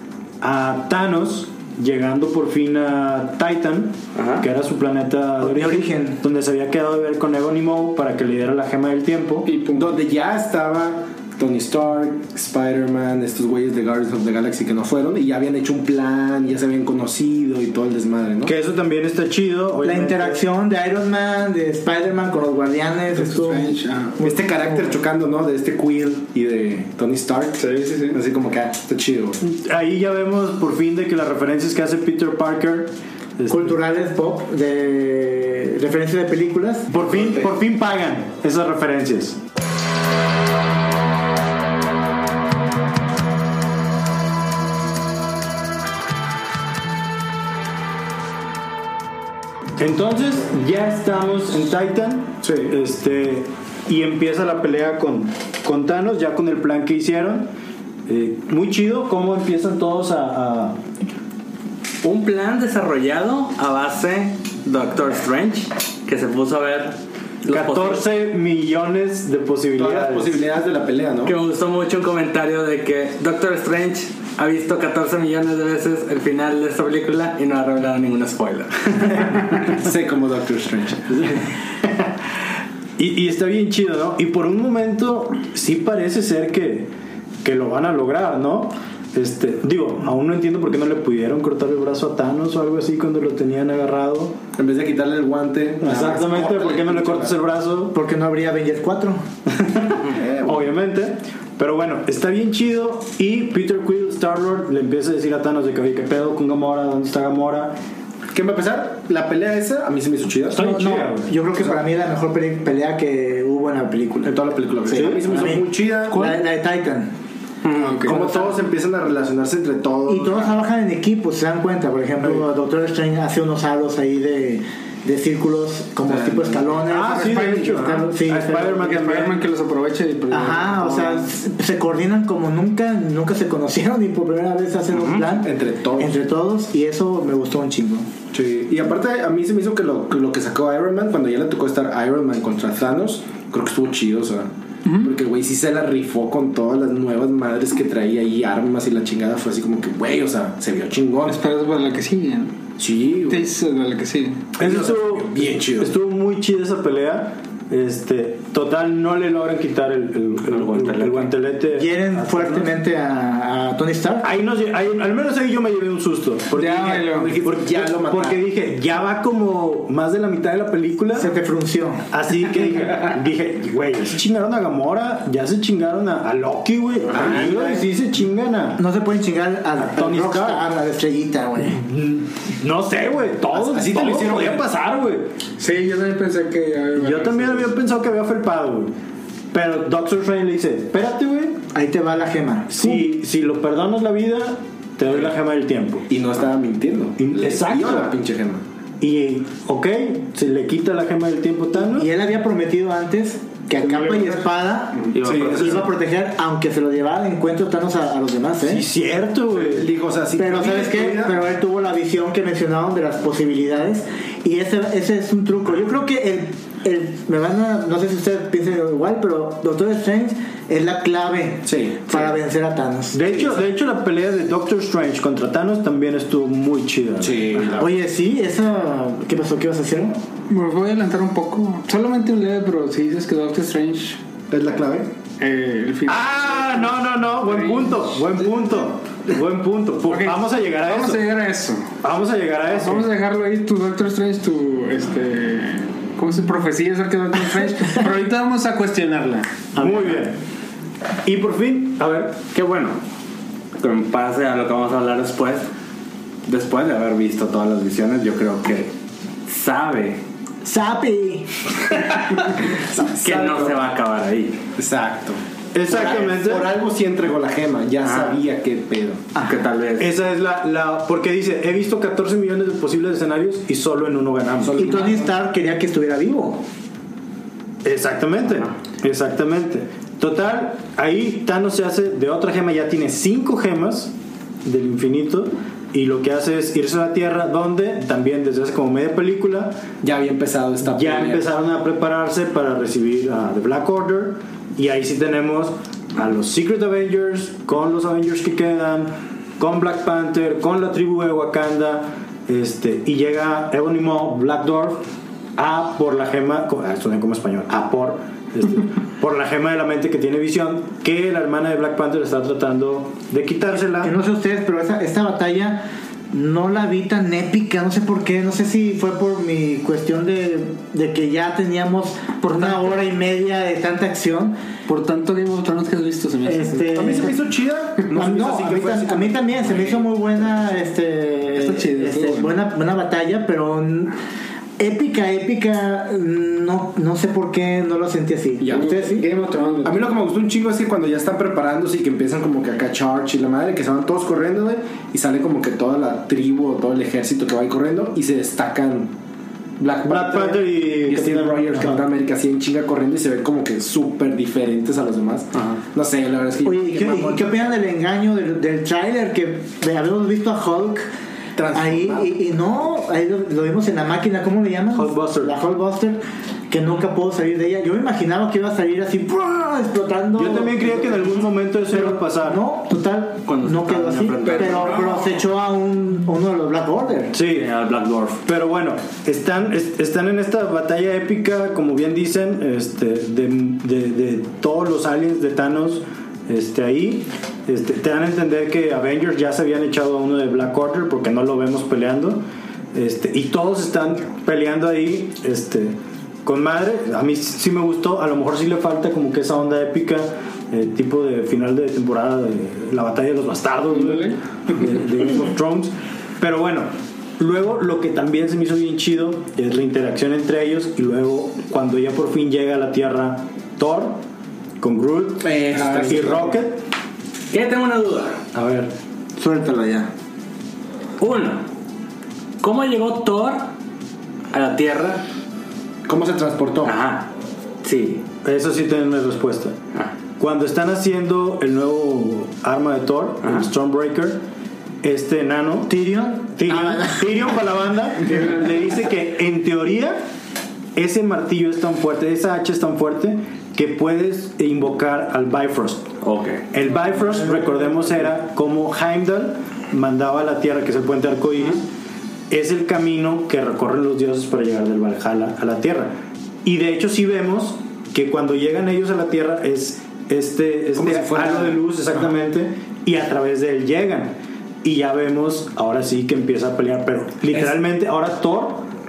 a Thanos llegando por fin a Titan, Ajá. que era su planeta de De origen, origen. donde se había quedado de ver con Ebony Maw para que le diera la gema del tiempo. Y pum. Donde ya estaba Tony Stark, Spider-Man, estos güeyes de Guardians of the Galaxy que no fueron y ya habían hecho un plan, ya se habían conocido y todo el desmadre, ¿no? Que eso también está chido. La Pues, obviamente. interacción de Iron Man, de Spider-Man con los guardianes, estuvo Strange, ajá. Este carácter chocando, ¿no? De este Quill y de Tony Stark. Sí, sí, sí. Así como que, ah, está chido. güey. Ahí ya vemos por fin de que las referencias que hace Peter Parker. este, culturales pop, de referencias de películas. por fin, por fin pagan esas referencias. Entonces ya estamos en Titan. Sí. Este y empieza la pelea con, con Thanos ya con el plan que hicieron. Eh, muy chido cómo empiezan todos a- a Un plan desarrollado a base Doctor Strange que se puso a ver los 14 millones de Todas las posibilidades. posibilidades de la pelea, ¿no? Que me gustó mucho un comentario de que Doctor Strange ha visto 14 millones de veces el final de esta película y no ha revelado ningún spoiler. sé como Doctor Strange. Y, y está bien chido, ¿no? Y por un momento sí parece ser que, que lo van a lograr, ¿no? Este, digo, aún no entiendo por qué no le pudieron cortar el brazo a Thanos o algo así cuando lo tenían agarrado. En vez de quitarle el guante. nada más Exactamente, córtale, ¿por qué no le pinche cortas el brazo? Porque no habría Avengers 4. Eh, güey. Pues, Obviamente. Pero bueno, está bien chido. Y Peter Quill, Star-Lord, le empieza a decir a Thanos de que, oye, ¿qué pedo con Gamora? ¿Dónde está Gamora? Que va a pesar, la pelea esa a mí se me hizo chida. Está bien No, chida, güey. yo creo que para mí es la mejor peli- pelea que hubo en la película. En toda la película. Sí, a mí se a me hizo mí. muy chida. La, la de Titan. Ah, Como todos empiezan a relacionarse entre todos. Y todos trabajan en equipo, se dan cuenta. Por ejemplo, Doctor Strange hace unos aros ahí de, de círculos como tipo escalones. Ah, sí, de hecho. Escal- ah. sí, A pero- Spider-Man Porque también. Spider-Man que los aproveche y pues, Ajá, o sea, se se coordinan como nunca, nunca se conocieron y por primera vez hacen un plan Entre todos. entre todos y eso me gustó un chingo. Sí, y aparte a mí se me hizo que lo, que lo que sacó Iron Man, cuando ya le tocó estar Iron Man contra Thanos, creo que estuvo chido, o sea. Porque, güey, sí se la rifó con todas las nuevas madres que traía y armas y la chingada. Fue así como que, güey, o sea, se vio chingón. Esperas para la que sigue. ¿no? Sí, Te güey. dices para la que sigue. Eso Eso estuvo estuvo bien chido. Estuvo muy chida esa pelea. Este, total, no le logran quitar el, el- el- el guantelete. Quieren a Thanos. fuertemente a, a Tony Stark. Ahí nos, lle- ahí- al menos ahí yo me llevé un susto. Porque, Ya, dije, bailó. dije, porque- Ya lo mataron. porque dije, ya va como más de la mitad de la película. Se te frunció. Así que dije- dije, güey, ya se chingaron a Gamora, ya se chingaron a, a Loki, güey. A Hilo, y sí se chingan a. No se pueden chingar a, Tony Tony Stark, Stark. a la estrellita, güey. No sé, güey. Todos, Así te lo todos hicieron, podían güey. pasar, güey. Sí, yo también pensé que. Yo también había pensado que había felpado, güey. Pero Doctor Strange le dice, espérate, güey. Ahí te va la gema. Si, si lo perdonas la vida, te doy la gema del tiempo. Y no estaba mintiendo. Y- Le exacto. dio la pinche gema. Y, ok, se le quita la gema del tiempo a Thanos. Y él había prometido antes que a capa y espada Iba a Sí, proteger. eso iba a proteger, aunque se lo llevara de encuentro Thanos a, a los demás, ¿eh? Sí, cierto, Él güey. dijo, o sea, si Pero tú ¿sabes vives tu qué? vida- Pero él tuvo la visión que mencionaban de las posibilidades y ese, ese es un truco. Yo creo que el, el- me van a, no sé si ustedes piensan igual, pero Doctor Strange es la clave Sí, para vencer a Thanos. De hecho, de hecho, la pelea de Doctor Strange contra Thanos también estuvo muy chida. Sí, la- Oye, sí, esa... ¿Qué pasó? ¿Qué vas a hacer? Me voy a adelantar un poco. Solamente un leve, pero si dices que Doctor Strange. es la clave. eh, el final. Ah, no, no, no. Buen punto, buen punto, buen punto. Pues Ok, Vamos a llegar a Vamos eso. a llegar a eso. Vamos a llegar a eso. Vamos a dejarlo ahí, tu Doctor Strange, tu. Este, ¿Cómo se profecía acerca de Doctor Strange? Pero ahorita vamos a cuestionarla. Muy bien. Y por fin, a ver, Qué bueno. Con base a lo que vamos a hablar después, después de haber visto todas las visiones, yo creo que sabe ¡Sapi! que no se va a acabar ahí. Exacto. exactamente. Por algo sí entregó la gema. Ya sabía qué pedo. Ah. Que tal vez. Esa es la, la- Porque dice, he visto 14 millones de posibles escenarios y solo en uno ganamos. Y Tony Stark quería que estuviera vivo. Exactamente, exactamente. Total, ahí Thanos se hace de otra gema, ya tiene cinco gemas del infinito. Y lo que hace es irse a la Tierra, donde también desde hace como media película Ya había empezado esta ya pelea. empezaron a prepararse para recibir a The Black Order y ahí sí tenemos a los Secret Avengers con los Avengers que quedan con Black Panther con la tribu de Wakanda este y llega Ebony Maw Black Dwarf a por la gema co- ah, suena como español a por este, por la gema de la mente que tiene visión que la hermana de Black Panther está tratando de quitársela Que no sé ustedes, pero esa- esta batalla no la vi tan épica, no sé por qué, no sé si fue por mi cuestión de, de que ya teníamos por una hora y media de tanta acción. Por tanto Game of Thrones que has visto, se me hace. Este, A mí se me hizo chida. No, se me hizo no, así a, que mí fue tam- así a mí también se me hizo muy buena, este, Está chido, este, estuvo bueno. buena, buena batalla, pero mm, épica, épica, mm, no, no sé por qué no lo sentí así. Ya. ¿Ustedes sí? Game of Thrones. A güey. mí lo que me gustó un chingo es que cuando ya están preparándose y que empiezan como que acá charge y la madre, que se van todos corriendo, güey, y sale como que toda la tribu o todo el ejército que va ahí corriendo y se destacan Black, Black Panther y Steve Capitán- Rogers, Ajá. Capitán América, así en chinga corriendo y se ven como que súper diferentes a los demás. No sé, la verdad es que. Oye, ¿y qué, mamón. y qué opinan del engaño del, del tráiler que de- habíamos visto a Hulk? Transformado. Ahí, y, y no, ahí lo, lo vimos en la máquina, ¿cómo le llaman? Hulkbuster. La Hulkbuster, que nunca pudo salir de ella. Yo me imaginaba que iba a salir así, ¡buah! explotando. yo también creía que en algún momento eso iba a pasar No, total, Cuando no se quedó así, estaban pero, enfrentando. pero se echó a un, uno de los Black Order. sí al Black Dwarf. Pero bueno, están, es- están en esta batalla épica, como bien dicen, este, de, de- de todos los aliens de Thanos este, ahí. Este, te dan a entender que Avengers ya se habían echado a uno de Black Order porque no lo vemos peleando. Este, y todos están peleando ahí este, con madre. A mí sí me gustó, a lo mejor sí le falta como que esa onda épica. eh, tipo de final de temporada de la batalla de los bastardos ¿no? de, de Game of Thrones pero bueno, luego lo que también se me hizo bien chido es la interacción entre ellos y luego cuando ya por fin llega a la Tierra Thor con Groot Eh, ah, y sí. Rocket. Que tengo una duda. A ver, Suéltala ya. Uno, ¿cómo llegó Thor a la Tierra? ¿Cómo se Oh. transportó? Ajá, sí. eso sí tienen una respuesta. Ah. Cuando están haciendo el nuevo arma de Thor, Ajá. el Stormbreaker, este enano, Tyrion, Tyrion, Tyrion para la banda, le dice que en teoría ese martillo es tan fuerte, esa hacha es tan fuerte que puedes invocar al Bifrost. Ok. El Bifrost, recordemos, era como Heimdall mandaba a la Tierra, que es el puente arcoíris, es el camino que recorren los dioses para llegar del Valhalla a la Tierra. Y de hecho sí vemos que cuando llegan ellos a la Tierra es este, Como este si fuera- halo de luz, exactamente, y a través de él llegan. Y ya vemos, ahora sí que empieza a pelear, pero literalmente ahora Thor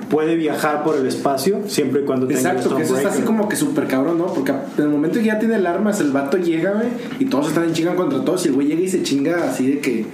puede viajar por el espacio siempre y cuando tenga el Exacto, que eso está así Stormbreaker. como que súper cabrón, ¿no? Porque en el momento que ya tiene el arma, el vato llega, güey, y todos están en chinga contra todos, y el güey llega y se chinga así de que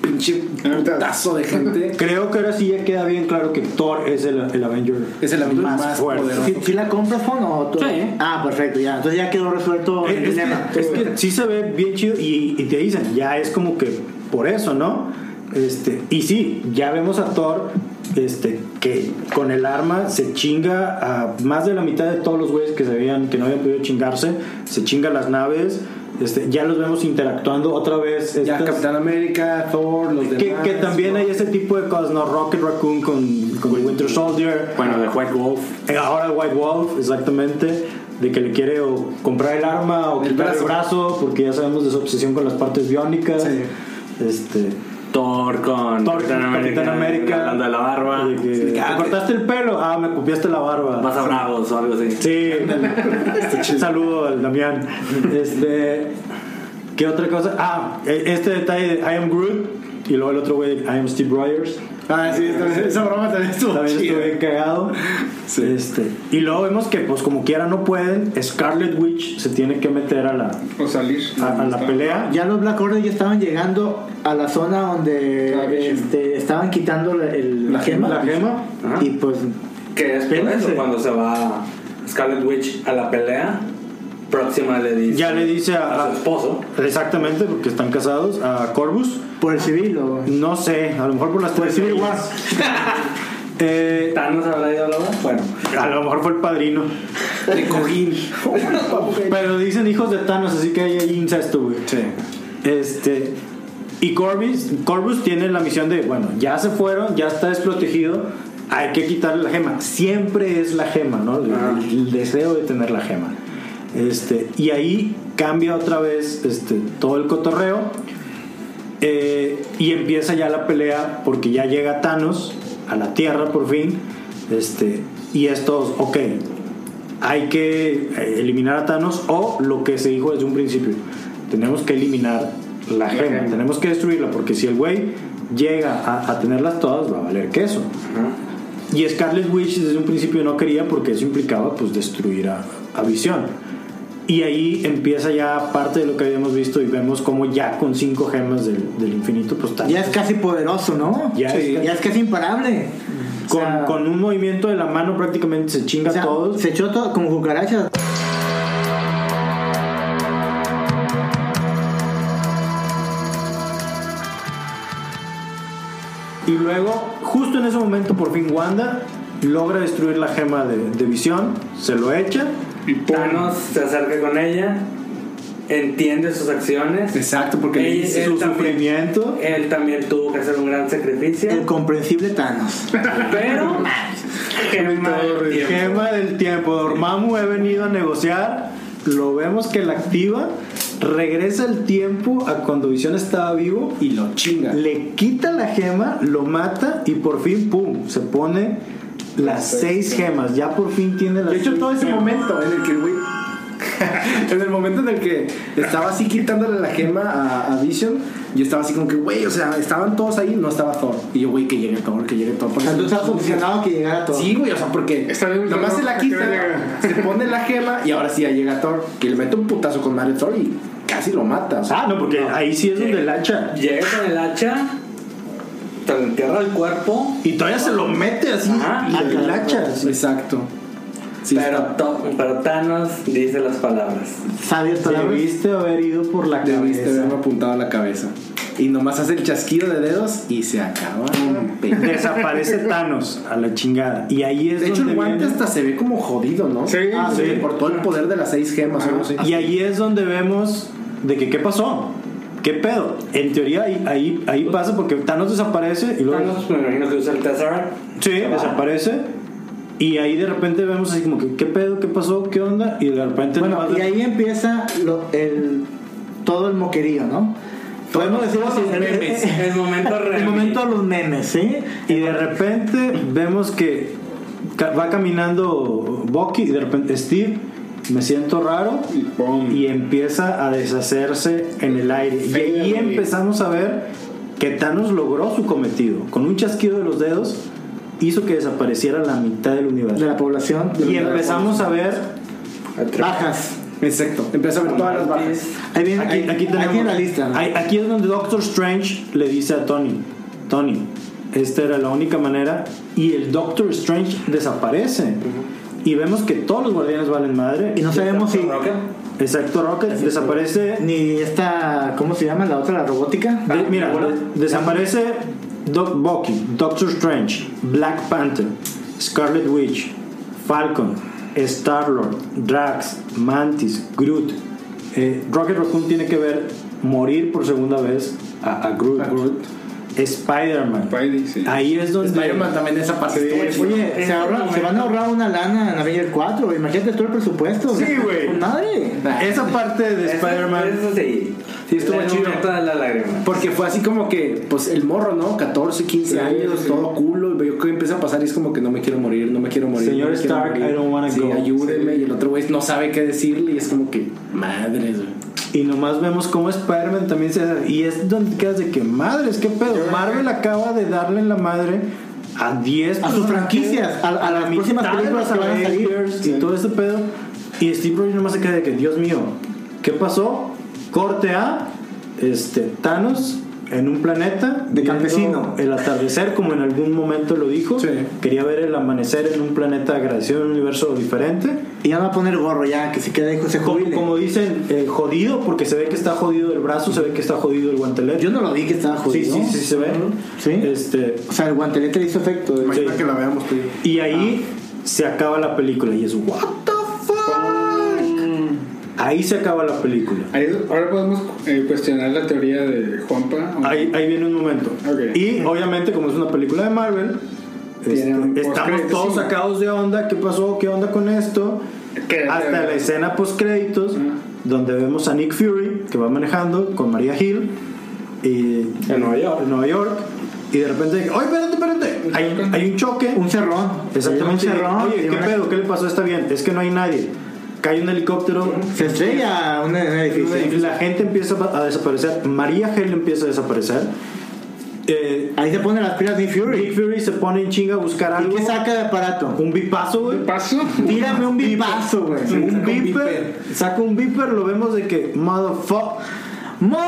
pinche putazo de gente. Creo que ahora sí ya queda bien claro que Thor es el, el Avenger. Es el Avenger más poderoso. ¿si la compras, Fon, o tú? Sí. Ah, perfecto, ya. Entonces ya quedó resuelto el Es, es dilema. que, es que sí se ve bien chido y, y te dicen, ya es como que por eso, ¿no? Este, y sí, ya vemos a Thor este, que con el arma se chinga a más de la mitad de todos los güeyes que se habían, que no habían podido chingarse, se chinga las naves, este, ya los vemos interactuando otra vez. Ya estas- Capitán América, Thor, los que, demás. que también ¿no? hay ese tipo de cosas, ¿no? Rocket Raccoon con, con Winter Soldier. Bueno, de White Wolf. Eh, Ahora White Wolf, exactamente, de que le quiere o comprar el arma o El quitar el brazo, porque ya sabemos de su obsesión con las partes biónicas. Sí. Este, Thor con Thor, Capitán América. Hablando de la barba. de que, ¿Te cortaste el pelo? Ah, me copiaste la barba. Más a bravos o algo así. Sí, un saludo al Damián. Este, ¿Qué otra cosa? Ah, e- este detalle de I am Groot y luego el otro güey, I am Steve Rogers. Ah, sí, esta- esa broma también estuvo También chida. estuve cagado. Este, y luego vemos que, pues, como quiera, no pueden. Scarlet Witch se tiene que meter a la, O salir. a, Ah, a la pelea. Ya los Black Order ya estaban llegando a la zona La donde Virgen. este, estaban quitando la- el- La gema, la gema. Ajá. Y pues Que es por Espérense. eso cuando se va Scarlet Witch a la pelea. Próxima le dice. Ya le dice a- a su esposo. Exactamente, porque están casados. A Corvus. por el civil o No sé, a lo mejor por las por el tres civil war. leyes. Eh, ¿Thanos habrá ido a la hora? Bueno, a lo mejor fue el padrino. De Cojín. Pero dicen hijos de Thanos, así que hay hay incesto, güey. Sí. Este. Y Corvus, Corvus tiene la misión de, bueno, ya se fueron, ya está desprotegido, hay que quitarle la gema. Siempre es la gema, ¿no? El, el- el deseo de tener la gema. Este, y ahí cambia otra vez este, todo el cotorreo eh, y empieza ya la pelea porque ya llega Thanos a la Tierra por fin. Este, y estos, ok, hay que eh, eliminar a Thanos o lo que se dijo desde un principio. Tenemos que eliminar la gema, tenemos que destruirla porque si el güey llega a, a tenerlas todas va a valer queso. Y Scarlet Witch desde un principio no quería porque eso implicaba pues destruir a, a Visión. Y ahí empieza ya parte de lo que habíamos visto y vemos como ya con cinco gemas del, del infinito pues Thanos Ya es casi poderoso, ¿no? Ya Sí. es- ya es casi imparable. O con, sea, con un movimiento de la mano prácticamente se chinga o sea, todo. se echó todo como cucarachas. Y luego, justo en ese momento, por fin Wanda logra destruir la gema de, de visión, se lo echa. Thanos se acerca con ella, entiende sus acciones. Exacto, porque Ey, eh, le dice Él su también. sufrimiento. Él también tuvo que hacer un gran sacrificio, El comprensible Thanos. pero gema del tiempo. Gema del tiempo. Dormammu he venido a negociar. Lo vemos que la activa. Regresa el tiempo a cuando Visión estaba vivo. y lo chinga. Le quita la gema, lo mata y por fin, ¡pum! Se pone las seis gemas. Ya por fin tiene las De hecho, seis todo ese gemas. momento en el que el güey. en el momento en el que estaba así quitándole la gema a, a Vision, yo estaba así como que, güey, o sea, estaban todos ahí, no estaba Thor. Y yo, güey, que llegue Thor, que llegue Thor. O porque- sea, tú estabas obsesionado que llegara todo. Sí, güey, o sea, porque Está bien, nomás no, se la que quita, llega. se pone la gema y ahora sí ya llega Thor, que le mete un putazo con Mario Thor y casi lo mata. O sea, Ah, no, porque ahí sí es donde el hacha. Llega con el hacha, te lo entierra el cuerpo, Y todavía se lo mete así. Ajá. Ah, y el hacha. Ah, exacto. Ah, Sí, pero, está- To- pero Thanos dice las palabras. Sabias palabras. Debiste haber ido por la debiste cabeza. haberme apuntado a la cabeza. Y nomás hace el chasquido de dedos y se acaba. Mm. de Desaparece Thanos a la chingada. Y ahí es hecho, donde el guante viene- hasta se ve como jodido, ¿no? Sí, Ah, sí. Por todo el poder de las seis gemas, o algo así. Y ahí es donde vemos de que qué pasó. ¿Qué pedo? En teoría ahí, ahí, ahí pasa porque Thanos desaparece y luego... Thanos me imagino que usa el Tesseract. Sí, Ah. Se va. desaparece. Y ahí de repente vemos así como que qué pedo, qué pasó, qué onda. Y de repente... Bueno, nomás- y ahí empieza lo- el, todo el moquerío, ¿no? Podemos decirlo así. los memes. El momento El real. momento de los memes, ¿sí? Y de repente vemos que ca- va caminando Bucky y de repente Steve, me siento raro Y pum. y empieza a deshacerse en el aire. Y Fade ahí away. empezamos a ver que Thanos logró su cometido. Con un chasquido de los dedos hizo que desapareciera la mitad del De universo. la población. Y empezamos a ver... Bajas. Exacto. Empieza a ver todas las bajas. Ahí viene, Aquí, ahí- aquí tenemos- aquí en la lista. ¿no? ahí- aquí es donde Doctor Strange le dice a Tony, Tony, esta era la única manera y el Doctor Strange desaparece. Y vemos que todos los guardianes valen madre. Y no sabemos si Exacto, Rocket desaparece. ni esta, ¿cómo se llama? La otra, la robótica. De- mira, de- desaparece Doc Bucky, Doctor Strange, Black Panther, Scarlet Witch, Falcon, Star-Lord, Drax, Mantis, Groot. Eh, Rocket Raccoon tiene que ver morir por segunda vez a, a Groot. Spider-Man. Spidey, sí. Ahí es donde... Spider-Man también esa parte. estuvo chido. Oye, Este se, ahorra- momento. se van a ahorrar una lana en Avenger 4. Imagínate todo el presupuesto. Sí, güey. Pues madre. Esa parte de Spider-Man... Eso sí. Sí, estuvo El chido. momento de la lágrima. Porque fue así como que, pues el morro, ¿no? 14, 15 años, todo culo. Y yo que empieza a pasar y es como que no me quiero morir, no me quiero morir. Señor no me quiero Stark, morir. I don't wanna Sí, go. ayúdeme. Y el otro güey no sabe qué decirle. Y es como que, madres, güey. Y nomás vemos cómo Spider-Man también se hace. Y es donde te quedas de que madres, qué pedo. Marvel acaba de darle la madre a 10 A sus personajes, franquicias, a- a las mitad próximas de los películas que van a salir. Avengers Sí. Y todo este pedo. Y Steve Rogers nomás se queda de que, Dios mío, ¿qué pasó? Corte a este, Thanos en un planeta De viendo campesino. el atardecer como en algún momento lo dijo Sí. quería ver el amanecer en un planeta agradecido en un universo diferente Y ya va a poner gorro ya, que se quede ahí, se como, jubile. como dicen eh, jodido porque se ve que está jodido el brazo se ve que está jodido el guantelete Yo no lo vi que estaba sí jodido. sí sí se ve Sí. este O sea, el guantelete le hizo efecto. güey. Imagina Sí. que la veamos tú. y ahí Ah. se acaba la película y es what the Mm. fuck ahí se acaba la película Ahí- ahora podemos eh, cuestionar la teoría de Juanpa. Ah, ¿o no? Ahí, ahí viene un momento. Ok. Y obviamente, como es una película de Marvel, Tiene este, un estamos postcrédito, todos sí. sacados de onda. ¿Qué pasó? ¿Qué onda con esto? ¿Qué? Hasta la escena post créditos, donde vemos a Nick Fury que va manejando con María Hill y En Nueva York. en Nueva York. Y de repente, ¡ay, espérate, espérate! Hay, hay un choque. Un cerrón. Exactamente. Un cerrón. Oye, Y ¿qué una- pedo? ¿Qué le pasó? Está bien. Es que no hay nadie. Cae un helicóptero. Se estrella un un edificio. La gente empieza a desaparecer. María Hill empieza a desaparecer. Eh, Ahí se pone las pilas de Nick Fury. Fury se pone en chinga a buscar ¿Y algo. qué saca de aparato? Un bipazo, güey. ¿Paso? Tírame un bipazo, güey. Un un beeper. Saca un beeper, lo vemos de que, motherfucker.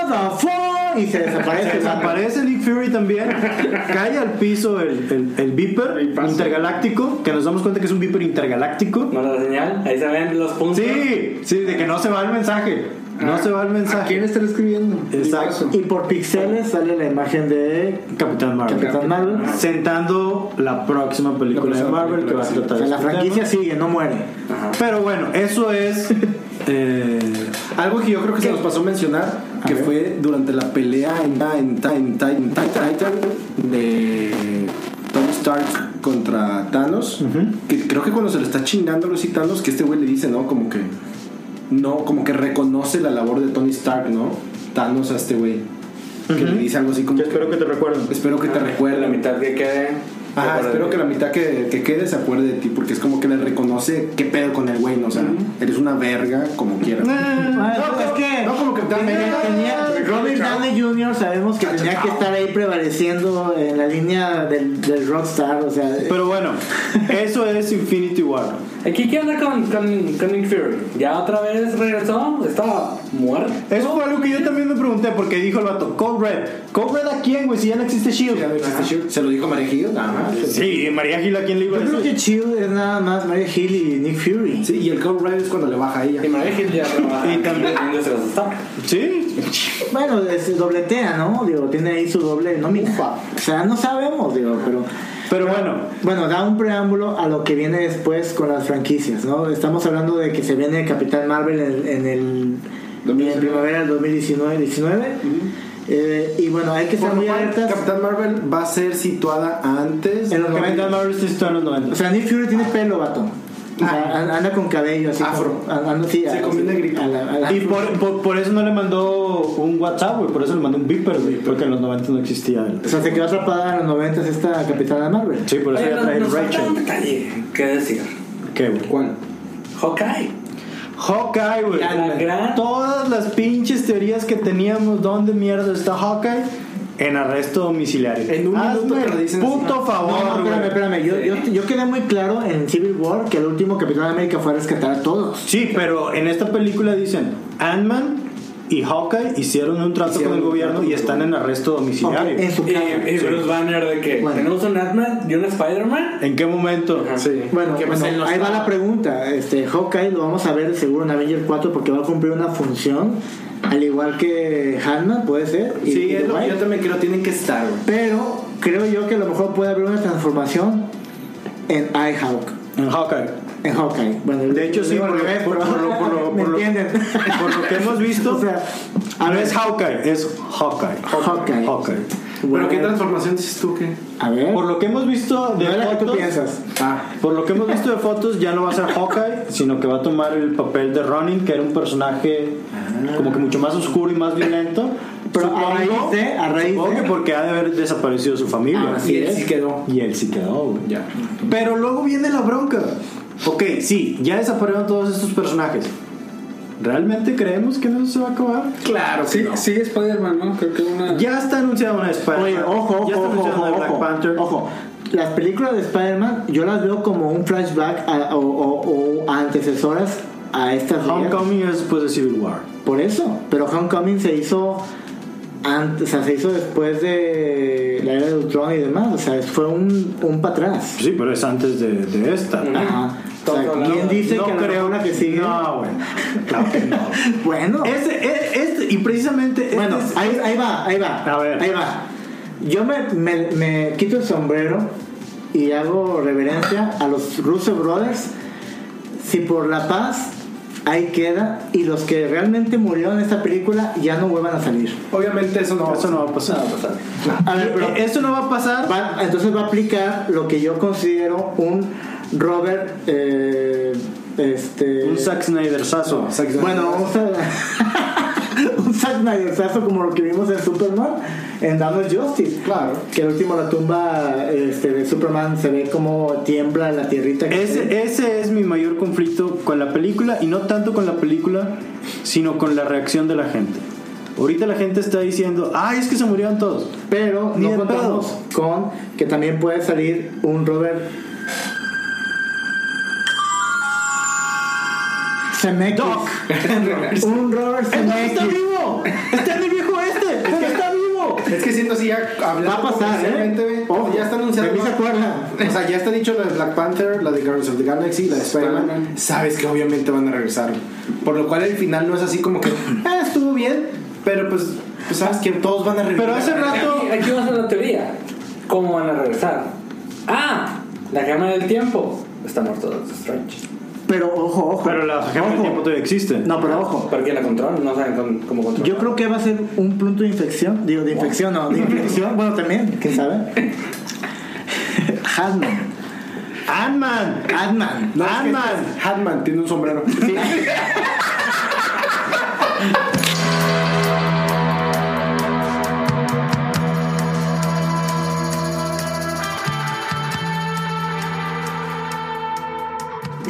Motherfucker. Y se desaparece. Desaparece Nick Fury también. cae al piso el, el, el beeper bipazo. intergaláctico, que nos damos cuenta que es un beeper intergaláctico. ¿No la señal? Ahí se ven los puntos. Sí, sí, de que no se va el mensaje. No Ah, se va el ¿A quién mensaje. estará escribiendo? Exacto. Y por pixeles sale la imagen de Capitán Marvel. Capitán Marvel. Sentando la próxima película La próxima de Marvel que va a película, tratar O sea, este la franquicia sigue, no muere. tema. Pero bueno, eso es. eh, Algo que yo creo que se nos pasó mencionar, que fue durante la pelea en, en, en- en- en Titan de Tony Stark contra Thanos, que creo que cuando se le está chingando a los Thanos, que este güey le dice, ¿no? Como que no, como que reconoce la labor de Tony Stark, ¿no? Thanos a este güey. Que le dice algo así como yo espero que te recuerden. espero que te recuerde Ah, La mitad que quede. Ajá, Recuerda- espero que la mitad que, que quede se acuerde de ti, porque es como que le reconoce qué pedo con el güey, ¿no? O sea, eres una verga como quieras. No, es que. No, como que tenía- tenía- Robert Downey Jr. sabemos que tenía que estar ahí prevaleciendo en la línea del, del rockstar, o sea. Pero bueno, eso es Infinity War. Aquí, ¿qué onda con, con, con Nick Fury? ¿Ya otra vez regresó? ¿Estaba muerto? Eso fue algo que yo también me pregunté porque dijo el vato, Cold Red. ¿Cold Red a quién, güey? Si ya no existe Shield. Este Se lo dijo Marejillo, nada más. Sí, María Gil a quién le iba a yo creo decir. que chido es nada más Maria Hill y Nick Fury. Sí, y el Cold Red es cuando le baja a ella. Y María Hill ya trabaja. Y también- en Industrias Star. Sí. Bueno, es- dobletea, ¿no? Digo, tiene ahí su doble nómina. O sea, no sabemos, digo, pero. Pero bueno, Bueno, da un preámbulo a lo que viene después con las franquicias, ¿no? Estamos hablando de que se viene Capitán Marvel en, en el en primavera del 2019. 19. Eh, y bueno, hay que estar Por lo muy cual, alertas. Capitán Marvel va a ser situada antes. En los Capitán 90. Marvel se está en los O 90. sea, Nick Fury tiene pelo, vato. O sea, an- anda con cabello así. Afro. como- an- anda así. Se a- combina así, grito. a la- a la- Y por, por, por eso no le mandó un WhatsApp, güey. Por eso le mandó un beeper, güey. Porque en los 90 no existía. el- O sea, se quedó atrapada en los 90 esta Capitana Marvel. Sí, por eso Oye, ya nos, trae nos falta un Rachel. detalle que decir. ¿Qué, güey? ¿Cuál? Hawkeye. Hawkeye, güey. Ya, la gran- Todas las pinches teorías que teníamos, ¿dónde mierda está Hawkeye? En arresto domiciliario. En un Hazme minuto te lo el dicen puto favor, No, no, espérame, güey. espérame. Yo, Sí. yo, yo quedé muy claro en Civil War que el último Capitán América fue a rescatar a todos. Sí, pero en esta película dicen Ant-Man y Hawkeye hicieron un trato Hicieron con el un gobierno trato y con el están en arresto domiciliario. Ok, en su Y, casa. y Eh, Bruce Banner de que Bueno. tenemos un Ant-Man y un Spider-Man. ¿En qué momento? Ajá. Bueno, Que, pues, bueno, él no ahí está. va la pregunta. Este, Hawkeye lo vamos a ver de seguro en Avengers 4 porque va a cumplir una función, al igual que Hanna, puede ser. y- Sí, y es lo que White. yo también creo, tienen que estar, güey. Pero creo yo que a lo mejor puede haber una transformación en iHawk. En Hawkeye. En Hawkeye. Bueno, De hecho, sí, digo al por lo- revés, por- pero- por lo- por lo- ¿me por lo- entienden? Por lo que hemos visto, o sea, a no es Hawkeye, es Hawkeye. Hawkeye. Hawkeye. Pero bueno, ¿qué transformación dices tú que? A ver. Por lo que hemos visto de No es la que tú fotos, piensas. Ah, por lo que hemos visto de fotos, ya no va a ser Hawkeye, sino que va a tomar el papel de Ronin, que era un personaje como que mucho más oscuro y más violento. Ah. Pero a Supongo- raíz de- a raíz supongo de- Ah, que porque ha de haber desaparecido su familia. Así y él es. sí quedó. Y él sí quedó, güey. Ya. Pero luego viene la bronca. Ok, sí, ya desaparecieron todos estos personajes. ¿Realmente creemos que no se va a acabar? Claro, Sí, sí. sí. sigue Spider-Man, ¿no? Creo que una. Ya está anunciada una Spider-Man. Oye, ojo, ya ojo, está ojo, anunciada ojo, una Black ojo, Panther. ojo. Las películas de Spider-Man yo las veo como un flashback a- o, o- o antecesoras a estas de ellas. Homecoming es después de Civil pues, War. Por eso, pero Homecoming se hizo antes, o sea, se hizo después de la era de Ultron y demás, o sea, fue un, un para atrás. Sí, pero es antes de, de esta. Ajá. O sea, No, ¿Quién dice no que la creo- una que sigue? No, bueno. Claro que no. Bueno, Este, e- este- y precisamente. este bueno, es- ahí, ahí va, ahí va. A ver. Ahí va. Yo me, me- me quito el sombrero y hago reverencia a los Russo Brothers. Si por la paz, ahí queda. Y los que realmente murieron en esta película ya no vuelvan a salir. Obviamente eso no va a eso pasar. no va a pasar. A ver, pero- Esto no va a pasar. Va- entonces va a aplicar lo que yo considero un Robert. eh, este, Un Zack Snyder sazo. Bueno, vamos a. un Zack Snyderzazo como lo que vimos en Superman, en Dawn of Justice. Claro. Que el último, la tumba este, de Superman, se ve como tiembla la tierrita. que se- Ese, ese es mi mayor conflicto con la película y no tanto con la película, sino con la reacción de la gente. Ahorita la gente está diciendo, ay, es que se murieron todos. Pero Ni no de contamos pedo. con que también puede salir un Robert. Zemeckis. Un Robert ¡Está Zemeckis. vivo! ¡Está en el viejo este! ¡Pero está vivo! Es que siento así ya Va hablando a pasar, comercialmente, ¿eh? güey, ya está anunciado. De mí se ¿no? acuerdan. O sea, ya está dicho la de Black Panther, la de Guardians of the Galaxy, la de Spider-Man. Sabes que obviamente van a regresar. Por lo cual el final no es así como que, ah, estuvo bien, pero pues, pues sabes que todos van a regresar. Pero hace rato... Aquí, aquí va a ser la teoría. ¿Cómo van a regresar? Ah, la cámara del tiempo. Está muerto Doctor Strange. Pero ojo, ojo. Pero la gema del Ojo. tiempo todavía existe. No, pero ojo. ¿Por qué la controlan? No saben cómo, cómo controlar. Yo creo que va a ser un punto de infección. Digo, de infección, no, de inflexión. bueno, también, quién sabe. Hatman. Ant-Man. Hatman. No, es que- Ant-Man. Hatman tiene un sombrero.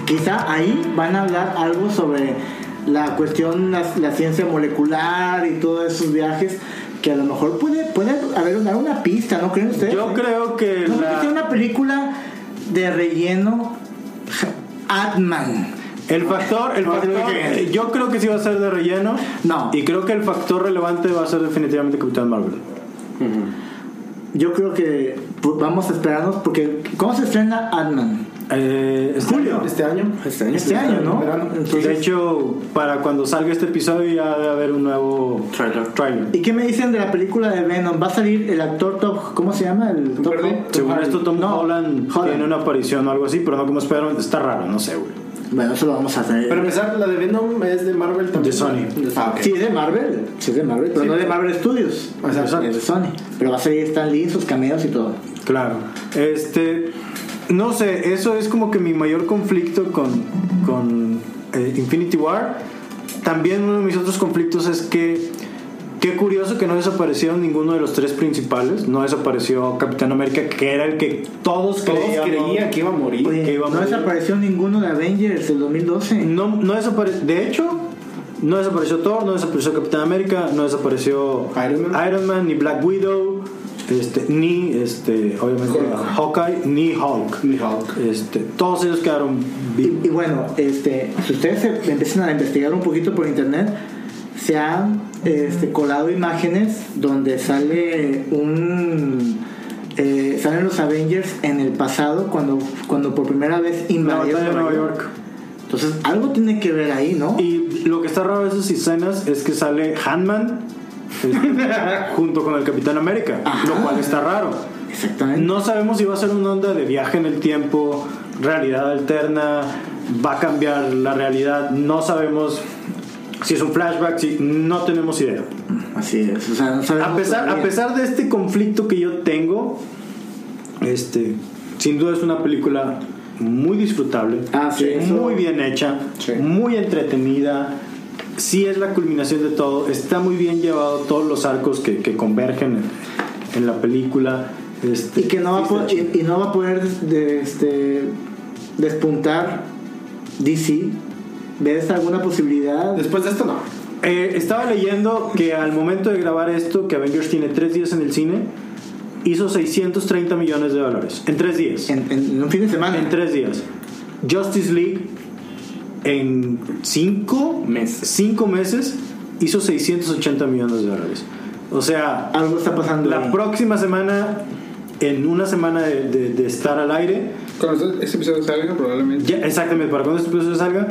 Quizá ahí van a hablar algo sobre la cuestión, la, la ciencia molecular y todos esos viajes. Que a lo mejor puede, puede haber dar una pista, ¿no creen ustedes? Yo creo que No, la- que sea una película de relleno. Atman. el factor, el No, factor, eh, creo que- yo creo que sí va a ser de relleno. No. Y creo que el factor relevante va a ser definitivamente Capitán Marvel. Yo creo que pues, vamos a esperarnos porque ¿cómo se estrena Atman? Eh, este- Julio. Este año. Este año. Este año, ¿no? Verano. Entonces, De hecho, para cuando salga este episodio ya debe haber un nuevo Trailer. trailer. ¿Y qué me dicen de la película de Venom? ¿Va a salir el actor Top? ¿Cómo se llama? El Top perdí. Top- Según esto, Tom No, Holland, tiene una aparición o algo así, pero no como Spider-Man. Está raro, no sé, güey. Bueno, eso lo vamos a hacer. Pero a pesar, la de Venom es de Marvel también. De Sony. Ah, ok. Sí, es de Marvel. Sí, es de Marvel, pero Sí. no es de Marvel Studios. O sea, es de Sony. Pero va a salir Stan Lee, sus cameos y todo. Claro. Este, no sé, eso es como que mi mayor conflicto con, con eh, Infinity War. También uno de mis otros conflictos es que qué curioso que no desaparecieron ninguno de los tres principales. No desapareció Capitán América, que era el que todos, Todos creíamos. creían que iba a morir. Oye, que iba a no morir. desapareció ninguno de Avengers del 2012. No, no desapare- De hecho, no desapareció Thor, no desapareció Capitán América, no desapareció Iron Man. ni Black Widow, este, ni este, obviamente Hawkeye, ni Hulk. Ni Hulk. Este, todos ellos quedaron vivos. Y, y bueno, este, si ustedes se empiezan a investigar un poquito por internet, se han este, colado imágenes donde sale un eh, salen los Avengers en el pasado cuando cuando por primera vez La invadieron batalla de Nueva York. Entonces algo tiene que ver ahí, ¿no? Y lo que está raro de esas escenas es que sale Handman junto con el Capitán América, Ajá. lo cual está raro. Exactamente. No sabemos si va a ser una onda de viaje en el tiempo, realidad alterna, va a cambiar la realidad, no sabemos si es un flashback, si no tenemos idea. Así es. O sea, no sabemos A pesar, a todavía. pesar de este conflicto que yo tengo, este, sin duda es una película muy disfrutable, Ah, sí, eso- muy bien hecha, Sí. muy entretenida. Sí es la culminación de todo, está muy bien llevado todos los arcos que, que convergen en, en la película. Este, y que no va a sí está poder, chido. y, y no va a poder de- este, despuntar DC. ¿Ves alguna posibilidad? Después de esto, no. Eh, estaba leyendo que al momento de grabar esto, que Avengers tiene tres días en el cine, hizo 630 millones de dólares. En tres días. En, en- en un fin de semana. En tres días. Justice League en cinco Meses. Cinco meses hizo 680 millones de dólares. O sea, Algo está pasando. la ahí. próxima semana, en una semana de, de- de estar al aire, Cuando este- este episodio salga, probablemente. ya- exactamente, para cuando este episodio salga,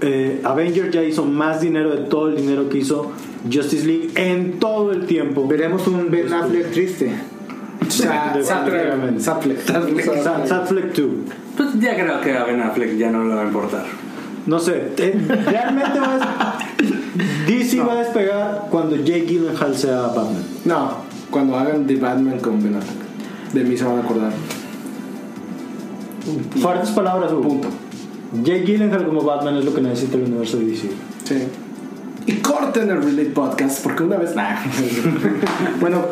eh, Avenger ya hizo más dinero de todo el dinero que hizo Justice League en todo el tiempo. Veremos un Pues, Ben Affleck triste. De- Satrap. Zapflex. Sa- Sad Fleck 2. Pues ya creo que a Ben Affleck ya no le va a importar. No sé, eh, realmente va a... DC va a despegar cuando Jake Gyllenhaal sea Batman. No, cuando hagan The Batman con Ben Affleck. De mí se van a acordar. Fuertes palabras, Hugo. Punto. Jake Gyllenhaal como Batman es lo que necesita el universo de DC. Sí. Y corten el Relate Podcast porque una vez. Nah. Bueno,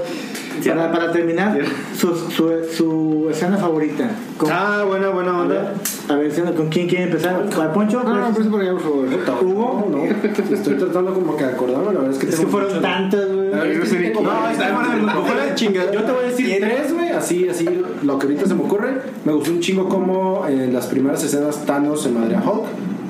para, para terminar, su, su, su escena favorita. Con- Ah, buena, buena onda. A ver, escena, ¿con quién quiere empezar? ¿Con Poncho? No, no, empieza por allá, por favor. ¿Hubo? No, estoy tratando como que de acordarme, la verdad es que Es que tengo fueron mucho- tantas, güey. La verdad es que sé ni tengo- No, No, está bueno, no fuera de chinga. Yo te voy a decir tres, güey, así, así, lo que ahorita se me ocurre. Me gustó un chingo como en las primeras escenas Thanos se madre a Hulk.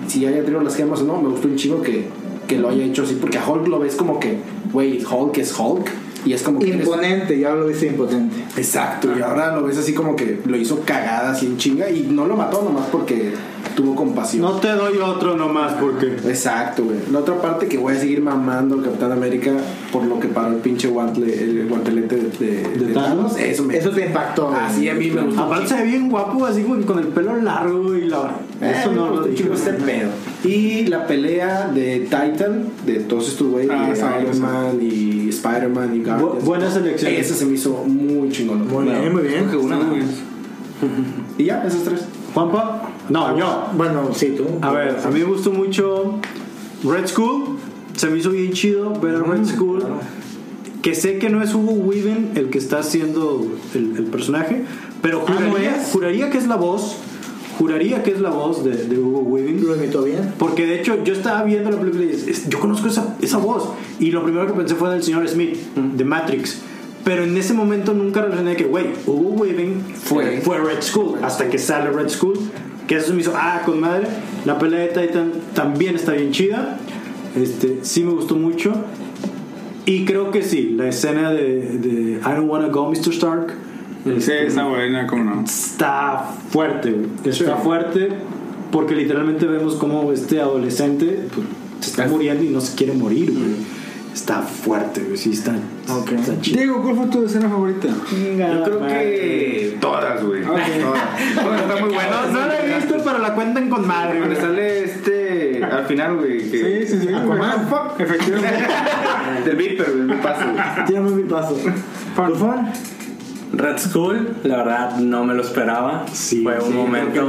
Si haya tenido las gemas o no, me gustó un chingo que, que lo haya hecho así, porque a Hulk lo ves como que, güey, Hulk es Hulk. Y es como que... eres- Imponente, ya lo dice impotente. Exacto, y ahora lo ves así como que lo hizo cagada, así en chinga, y no lo mató nomás porque tuvo compasión. No te doy otro nomás porque. Exacto, güey. La otra parte que voy a seguir mamando al Capitán América por lo que paró el pinche guantle, el guantelete de, de- de Thanos, eso me... Ah, Eso te impactó. Así a mí me gustó. Aparte se ve bien guapo, así como que con el pelo largo y la. Eh, Eso no me lo gustó un dije. chingo este pedo. Y la pelea de Titan, de todos estos güeyes, Ah, de esa, Iron esa. Man y Spider-Man y Bu- Guardians. Buena selección. Esa se me hizo muy chingona. Muy bien, muy bien. Y ya, esas tres. Juanpa. No, yo. Bueno, sí, tú. A ver, a mí me gustó mucho Red School. Se me hizo bien chido ver a Red School. Que sé que no es Hugo Weaving el que está haciendo el, el personaje, pero juraría, juraría que es la voz. Juraría que es la voz de, de Hugo Weaving. Lo imitó bien. Porque de hecho yo estaba viendo la película y es- es- yo conozco esa, esa voz. Y lo primero que pensé fue del señor Smith, de Matrix. Pero en ese momento nunca relacioné que, güey, Hugo Weaving fue, fue Red School. Hasta que sale Red School. Que eso me hizo, ah, con madre. La pelea de Titan también está bien chida. Este, sí me gustó mucho. Y creo que sí, la escena de, de I Don't Wanna Go, Mr. Stark. Sí, este, está buena, cómo no. está fuerte, güey. Está fuerte porque literalmente vemos como este adolescente pues, se está muriendo y no se quiere morir, güey. Está fuerte, güey. Sí, está, Ok. está chido. Diego, ¿cuál fue tu escena favorita? Yo creo Ah, que todas, güey. Todas. Todas están muy buenas. No la he visto, pero la cuentan con madre, Cuando sale este al final, güey, que Sí, sí, sí. Aquaman. Fuck. Efectivamente. del Viper, güey, me paso. güey. Tiramos mi paso. Por favor. Red School, la verdad no me lo esperaba. Sí, Fue un sí, momento.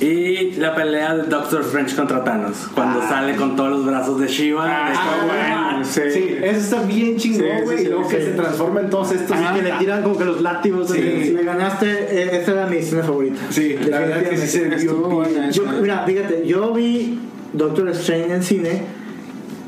Y la pelea de Doctor French contra Thanos, cuando sale con todos los brazos de Shiva. Ah, está bueno. Sí. Sí, eso está bien chingón, Sí, güey. sí, y luego que se transforma en todos estos. Así que le tiran como que los látigos. así. Me ganaste, eh, esta era mi escena favorita. Sí, la verdad que sí se vio Estuvo buena Yo, esa. mira, fíjate, yo vi Doctor Strange en cine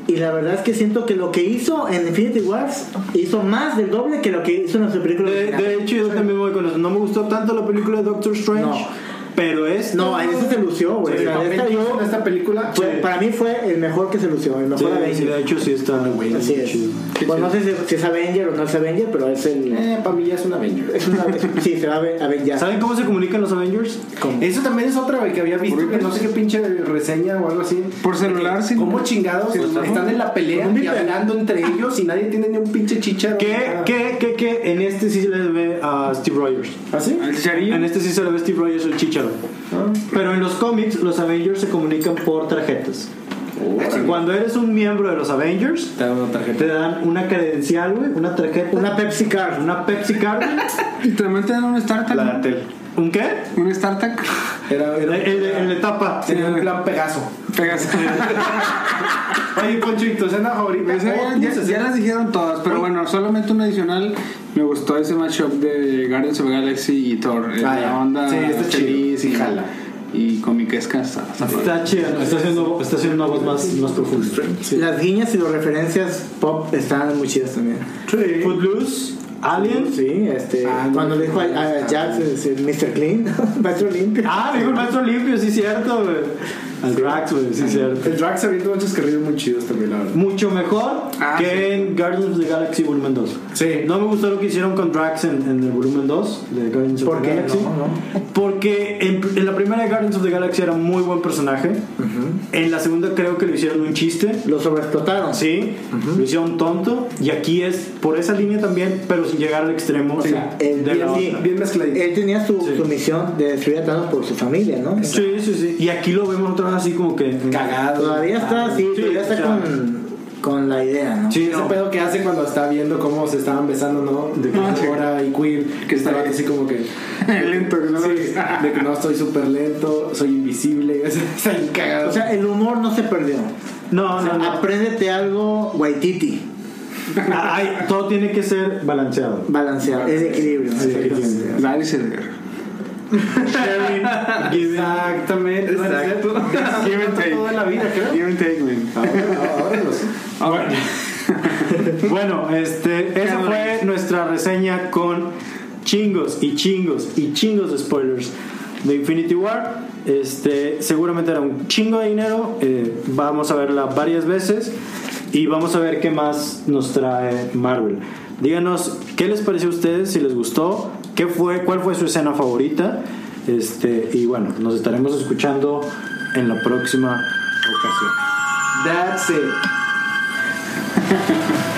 y la verdad es que siento que lo que hizo en Infinity Wars hizo más del doble que lo que hizo en su película. De, original. de hecho, yo también voy con eso. No me gustó tanto la película de Doctor Strange, No. pero es. no, en eso se lució, güey. Sí, La neta, yo- en esta película. fue- Sí. Para mí fue el mejor que se lució, el mejor Sí, sí, Avenger. de hecho, sí está, güey. Así está es. chido. Bueno, no sé si, si es Avenger o no es Avenger, pero es el. Eh, para mí ya es una Avenger. Es una, sí, se va a Aven- Avenger. ¿Saben cómo se comunican los Avengers? Eso también es otra, güey, que había visto que no sé qué pinche reseña o algo así. Por celular, sí. ¿Cómo chingados? Sí, pues, ¿no? están en la pelea y hablando entre ellos y nadie tiene ni un pinche chichero. Que, Ah. que, que, que en este sí se le ve a Steve Rogers. ¿Así? ¿El chicharrillo? Ah, En este sí se le ve a Steve Rogers el chicharo. Ah. Pero en los cómics, los Avengers se comunican por tarjetas. Cuando eres un miembro de los Avengers, Te dan una tarjeta. te dan una credencial, güey, una tarjeta, Una Pepsi Card. una Pepsi Card, güey. Y también te dan un StarTac. La Datel. ¿Un qué? Un StarTac. Era, En era, la, en la etapa. tenía un plan Pegaso. Pegas. Oye, Poncho, ¿y tu escena favorita? Esa Oh, ¿Cómo- ya, cómo ya- se ya siente? las dijeron todas, pero bueno, solamente un adicional. Me gustó ese matchup de Guardians of the Galaxy y Thor. eh, Ah, la ya. onda Sí, está chido. feliz y, Jala. y comiquesca. Está, está padre. Está chida, está haciendo, está haciendo una voz más, más profunda. Las guiñas y las referencias pop están muy chidas también. Footloose, Alien. Sí, este, Ah, no, cuando le dijo a, no, a está Jack, es- es Mr. Clean, Maestro Limpio. Ah, dijo el maestro limpio, sí, cierto, güey. Al Drax, güey, sí, cierto. El Drax se avienta muchos carriles muy chidos también, la verdad. Mucho mejor Ah, que sí. en Guardians of the Galaxy Volumen 2. Sí. No me gustó lo que hicieron con Drax en, en el Volumen 2 de Guardians of ¿Por the qué? Galaxy. No, no. Porque en, en la primera de Guardians of the Galaxy era muy buen personaje. En la segunda creo que le hicieron un chiste. Lo sobreexplotaron. Sí, lo hicieron tonto. Y aquí es por esa línea también, pero sin llegar al extremo. O sea, él, de la sí, otra. Bien mezcladito. él tenía su, Sí. su misión de destruir a Thanos por su familia, ¿no? Sí, sí, sí. Y aquí lo vemos otra vez así como que. Cagado. Todavía está así, Ah, Sí, todavía o está sea. con, con la idea, ¿no? Sí, Ese no. pedo que hace cuando está viendo cómo se estaban besando, ¿no? De que ahora y queer, que estaba así como que. Lento, que no lo Sí, ves. de que no, estoy súper lento, soy invisible. o sea, Está bien cagado. O sea, el humor no se perdió. No, no, no. Apréndete algo, Waititi, Ay, todo tiene que ser balanceado. balanceado, es equilibrio. ¿no? Exactamente. Larry Cedar. Sharing, giving. Exactamente. Exacto. Give and take. Toda la vida, creo. Give and take, man. Ahora, ahora lo sé. Bueno, Bueno, este, esa fue nuestra reseña con chingos y chingos y chingos de spoilers de Infinity War. Este, seguramente era un chingo de dinero. eh, vamos a verla varias veces y vamos a ver qué más nos trae Marvel. Díganos qué les pareció a ustedes, si les gustó, qué fue, cuál fue su escena favorita. Este, y bueno, nos estaremos escuchando en la próxima ocasión. That's it.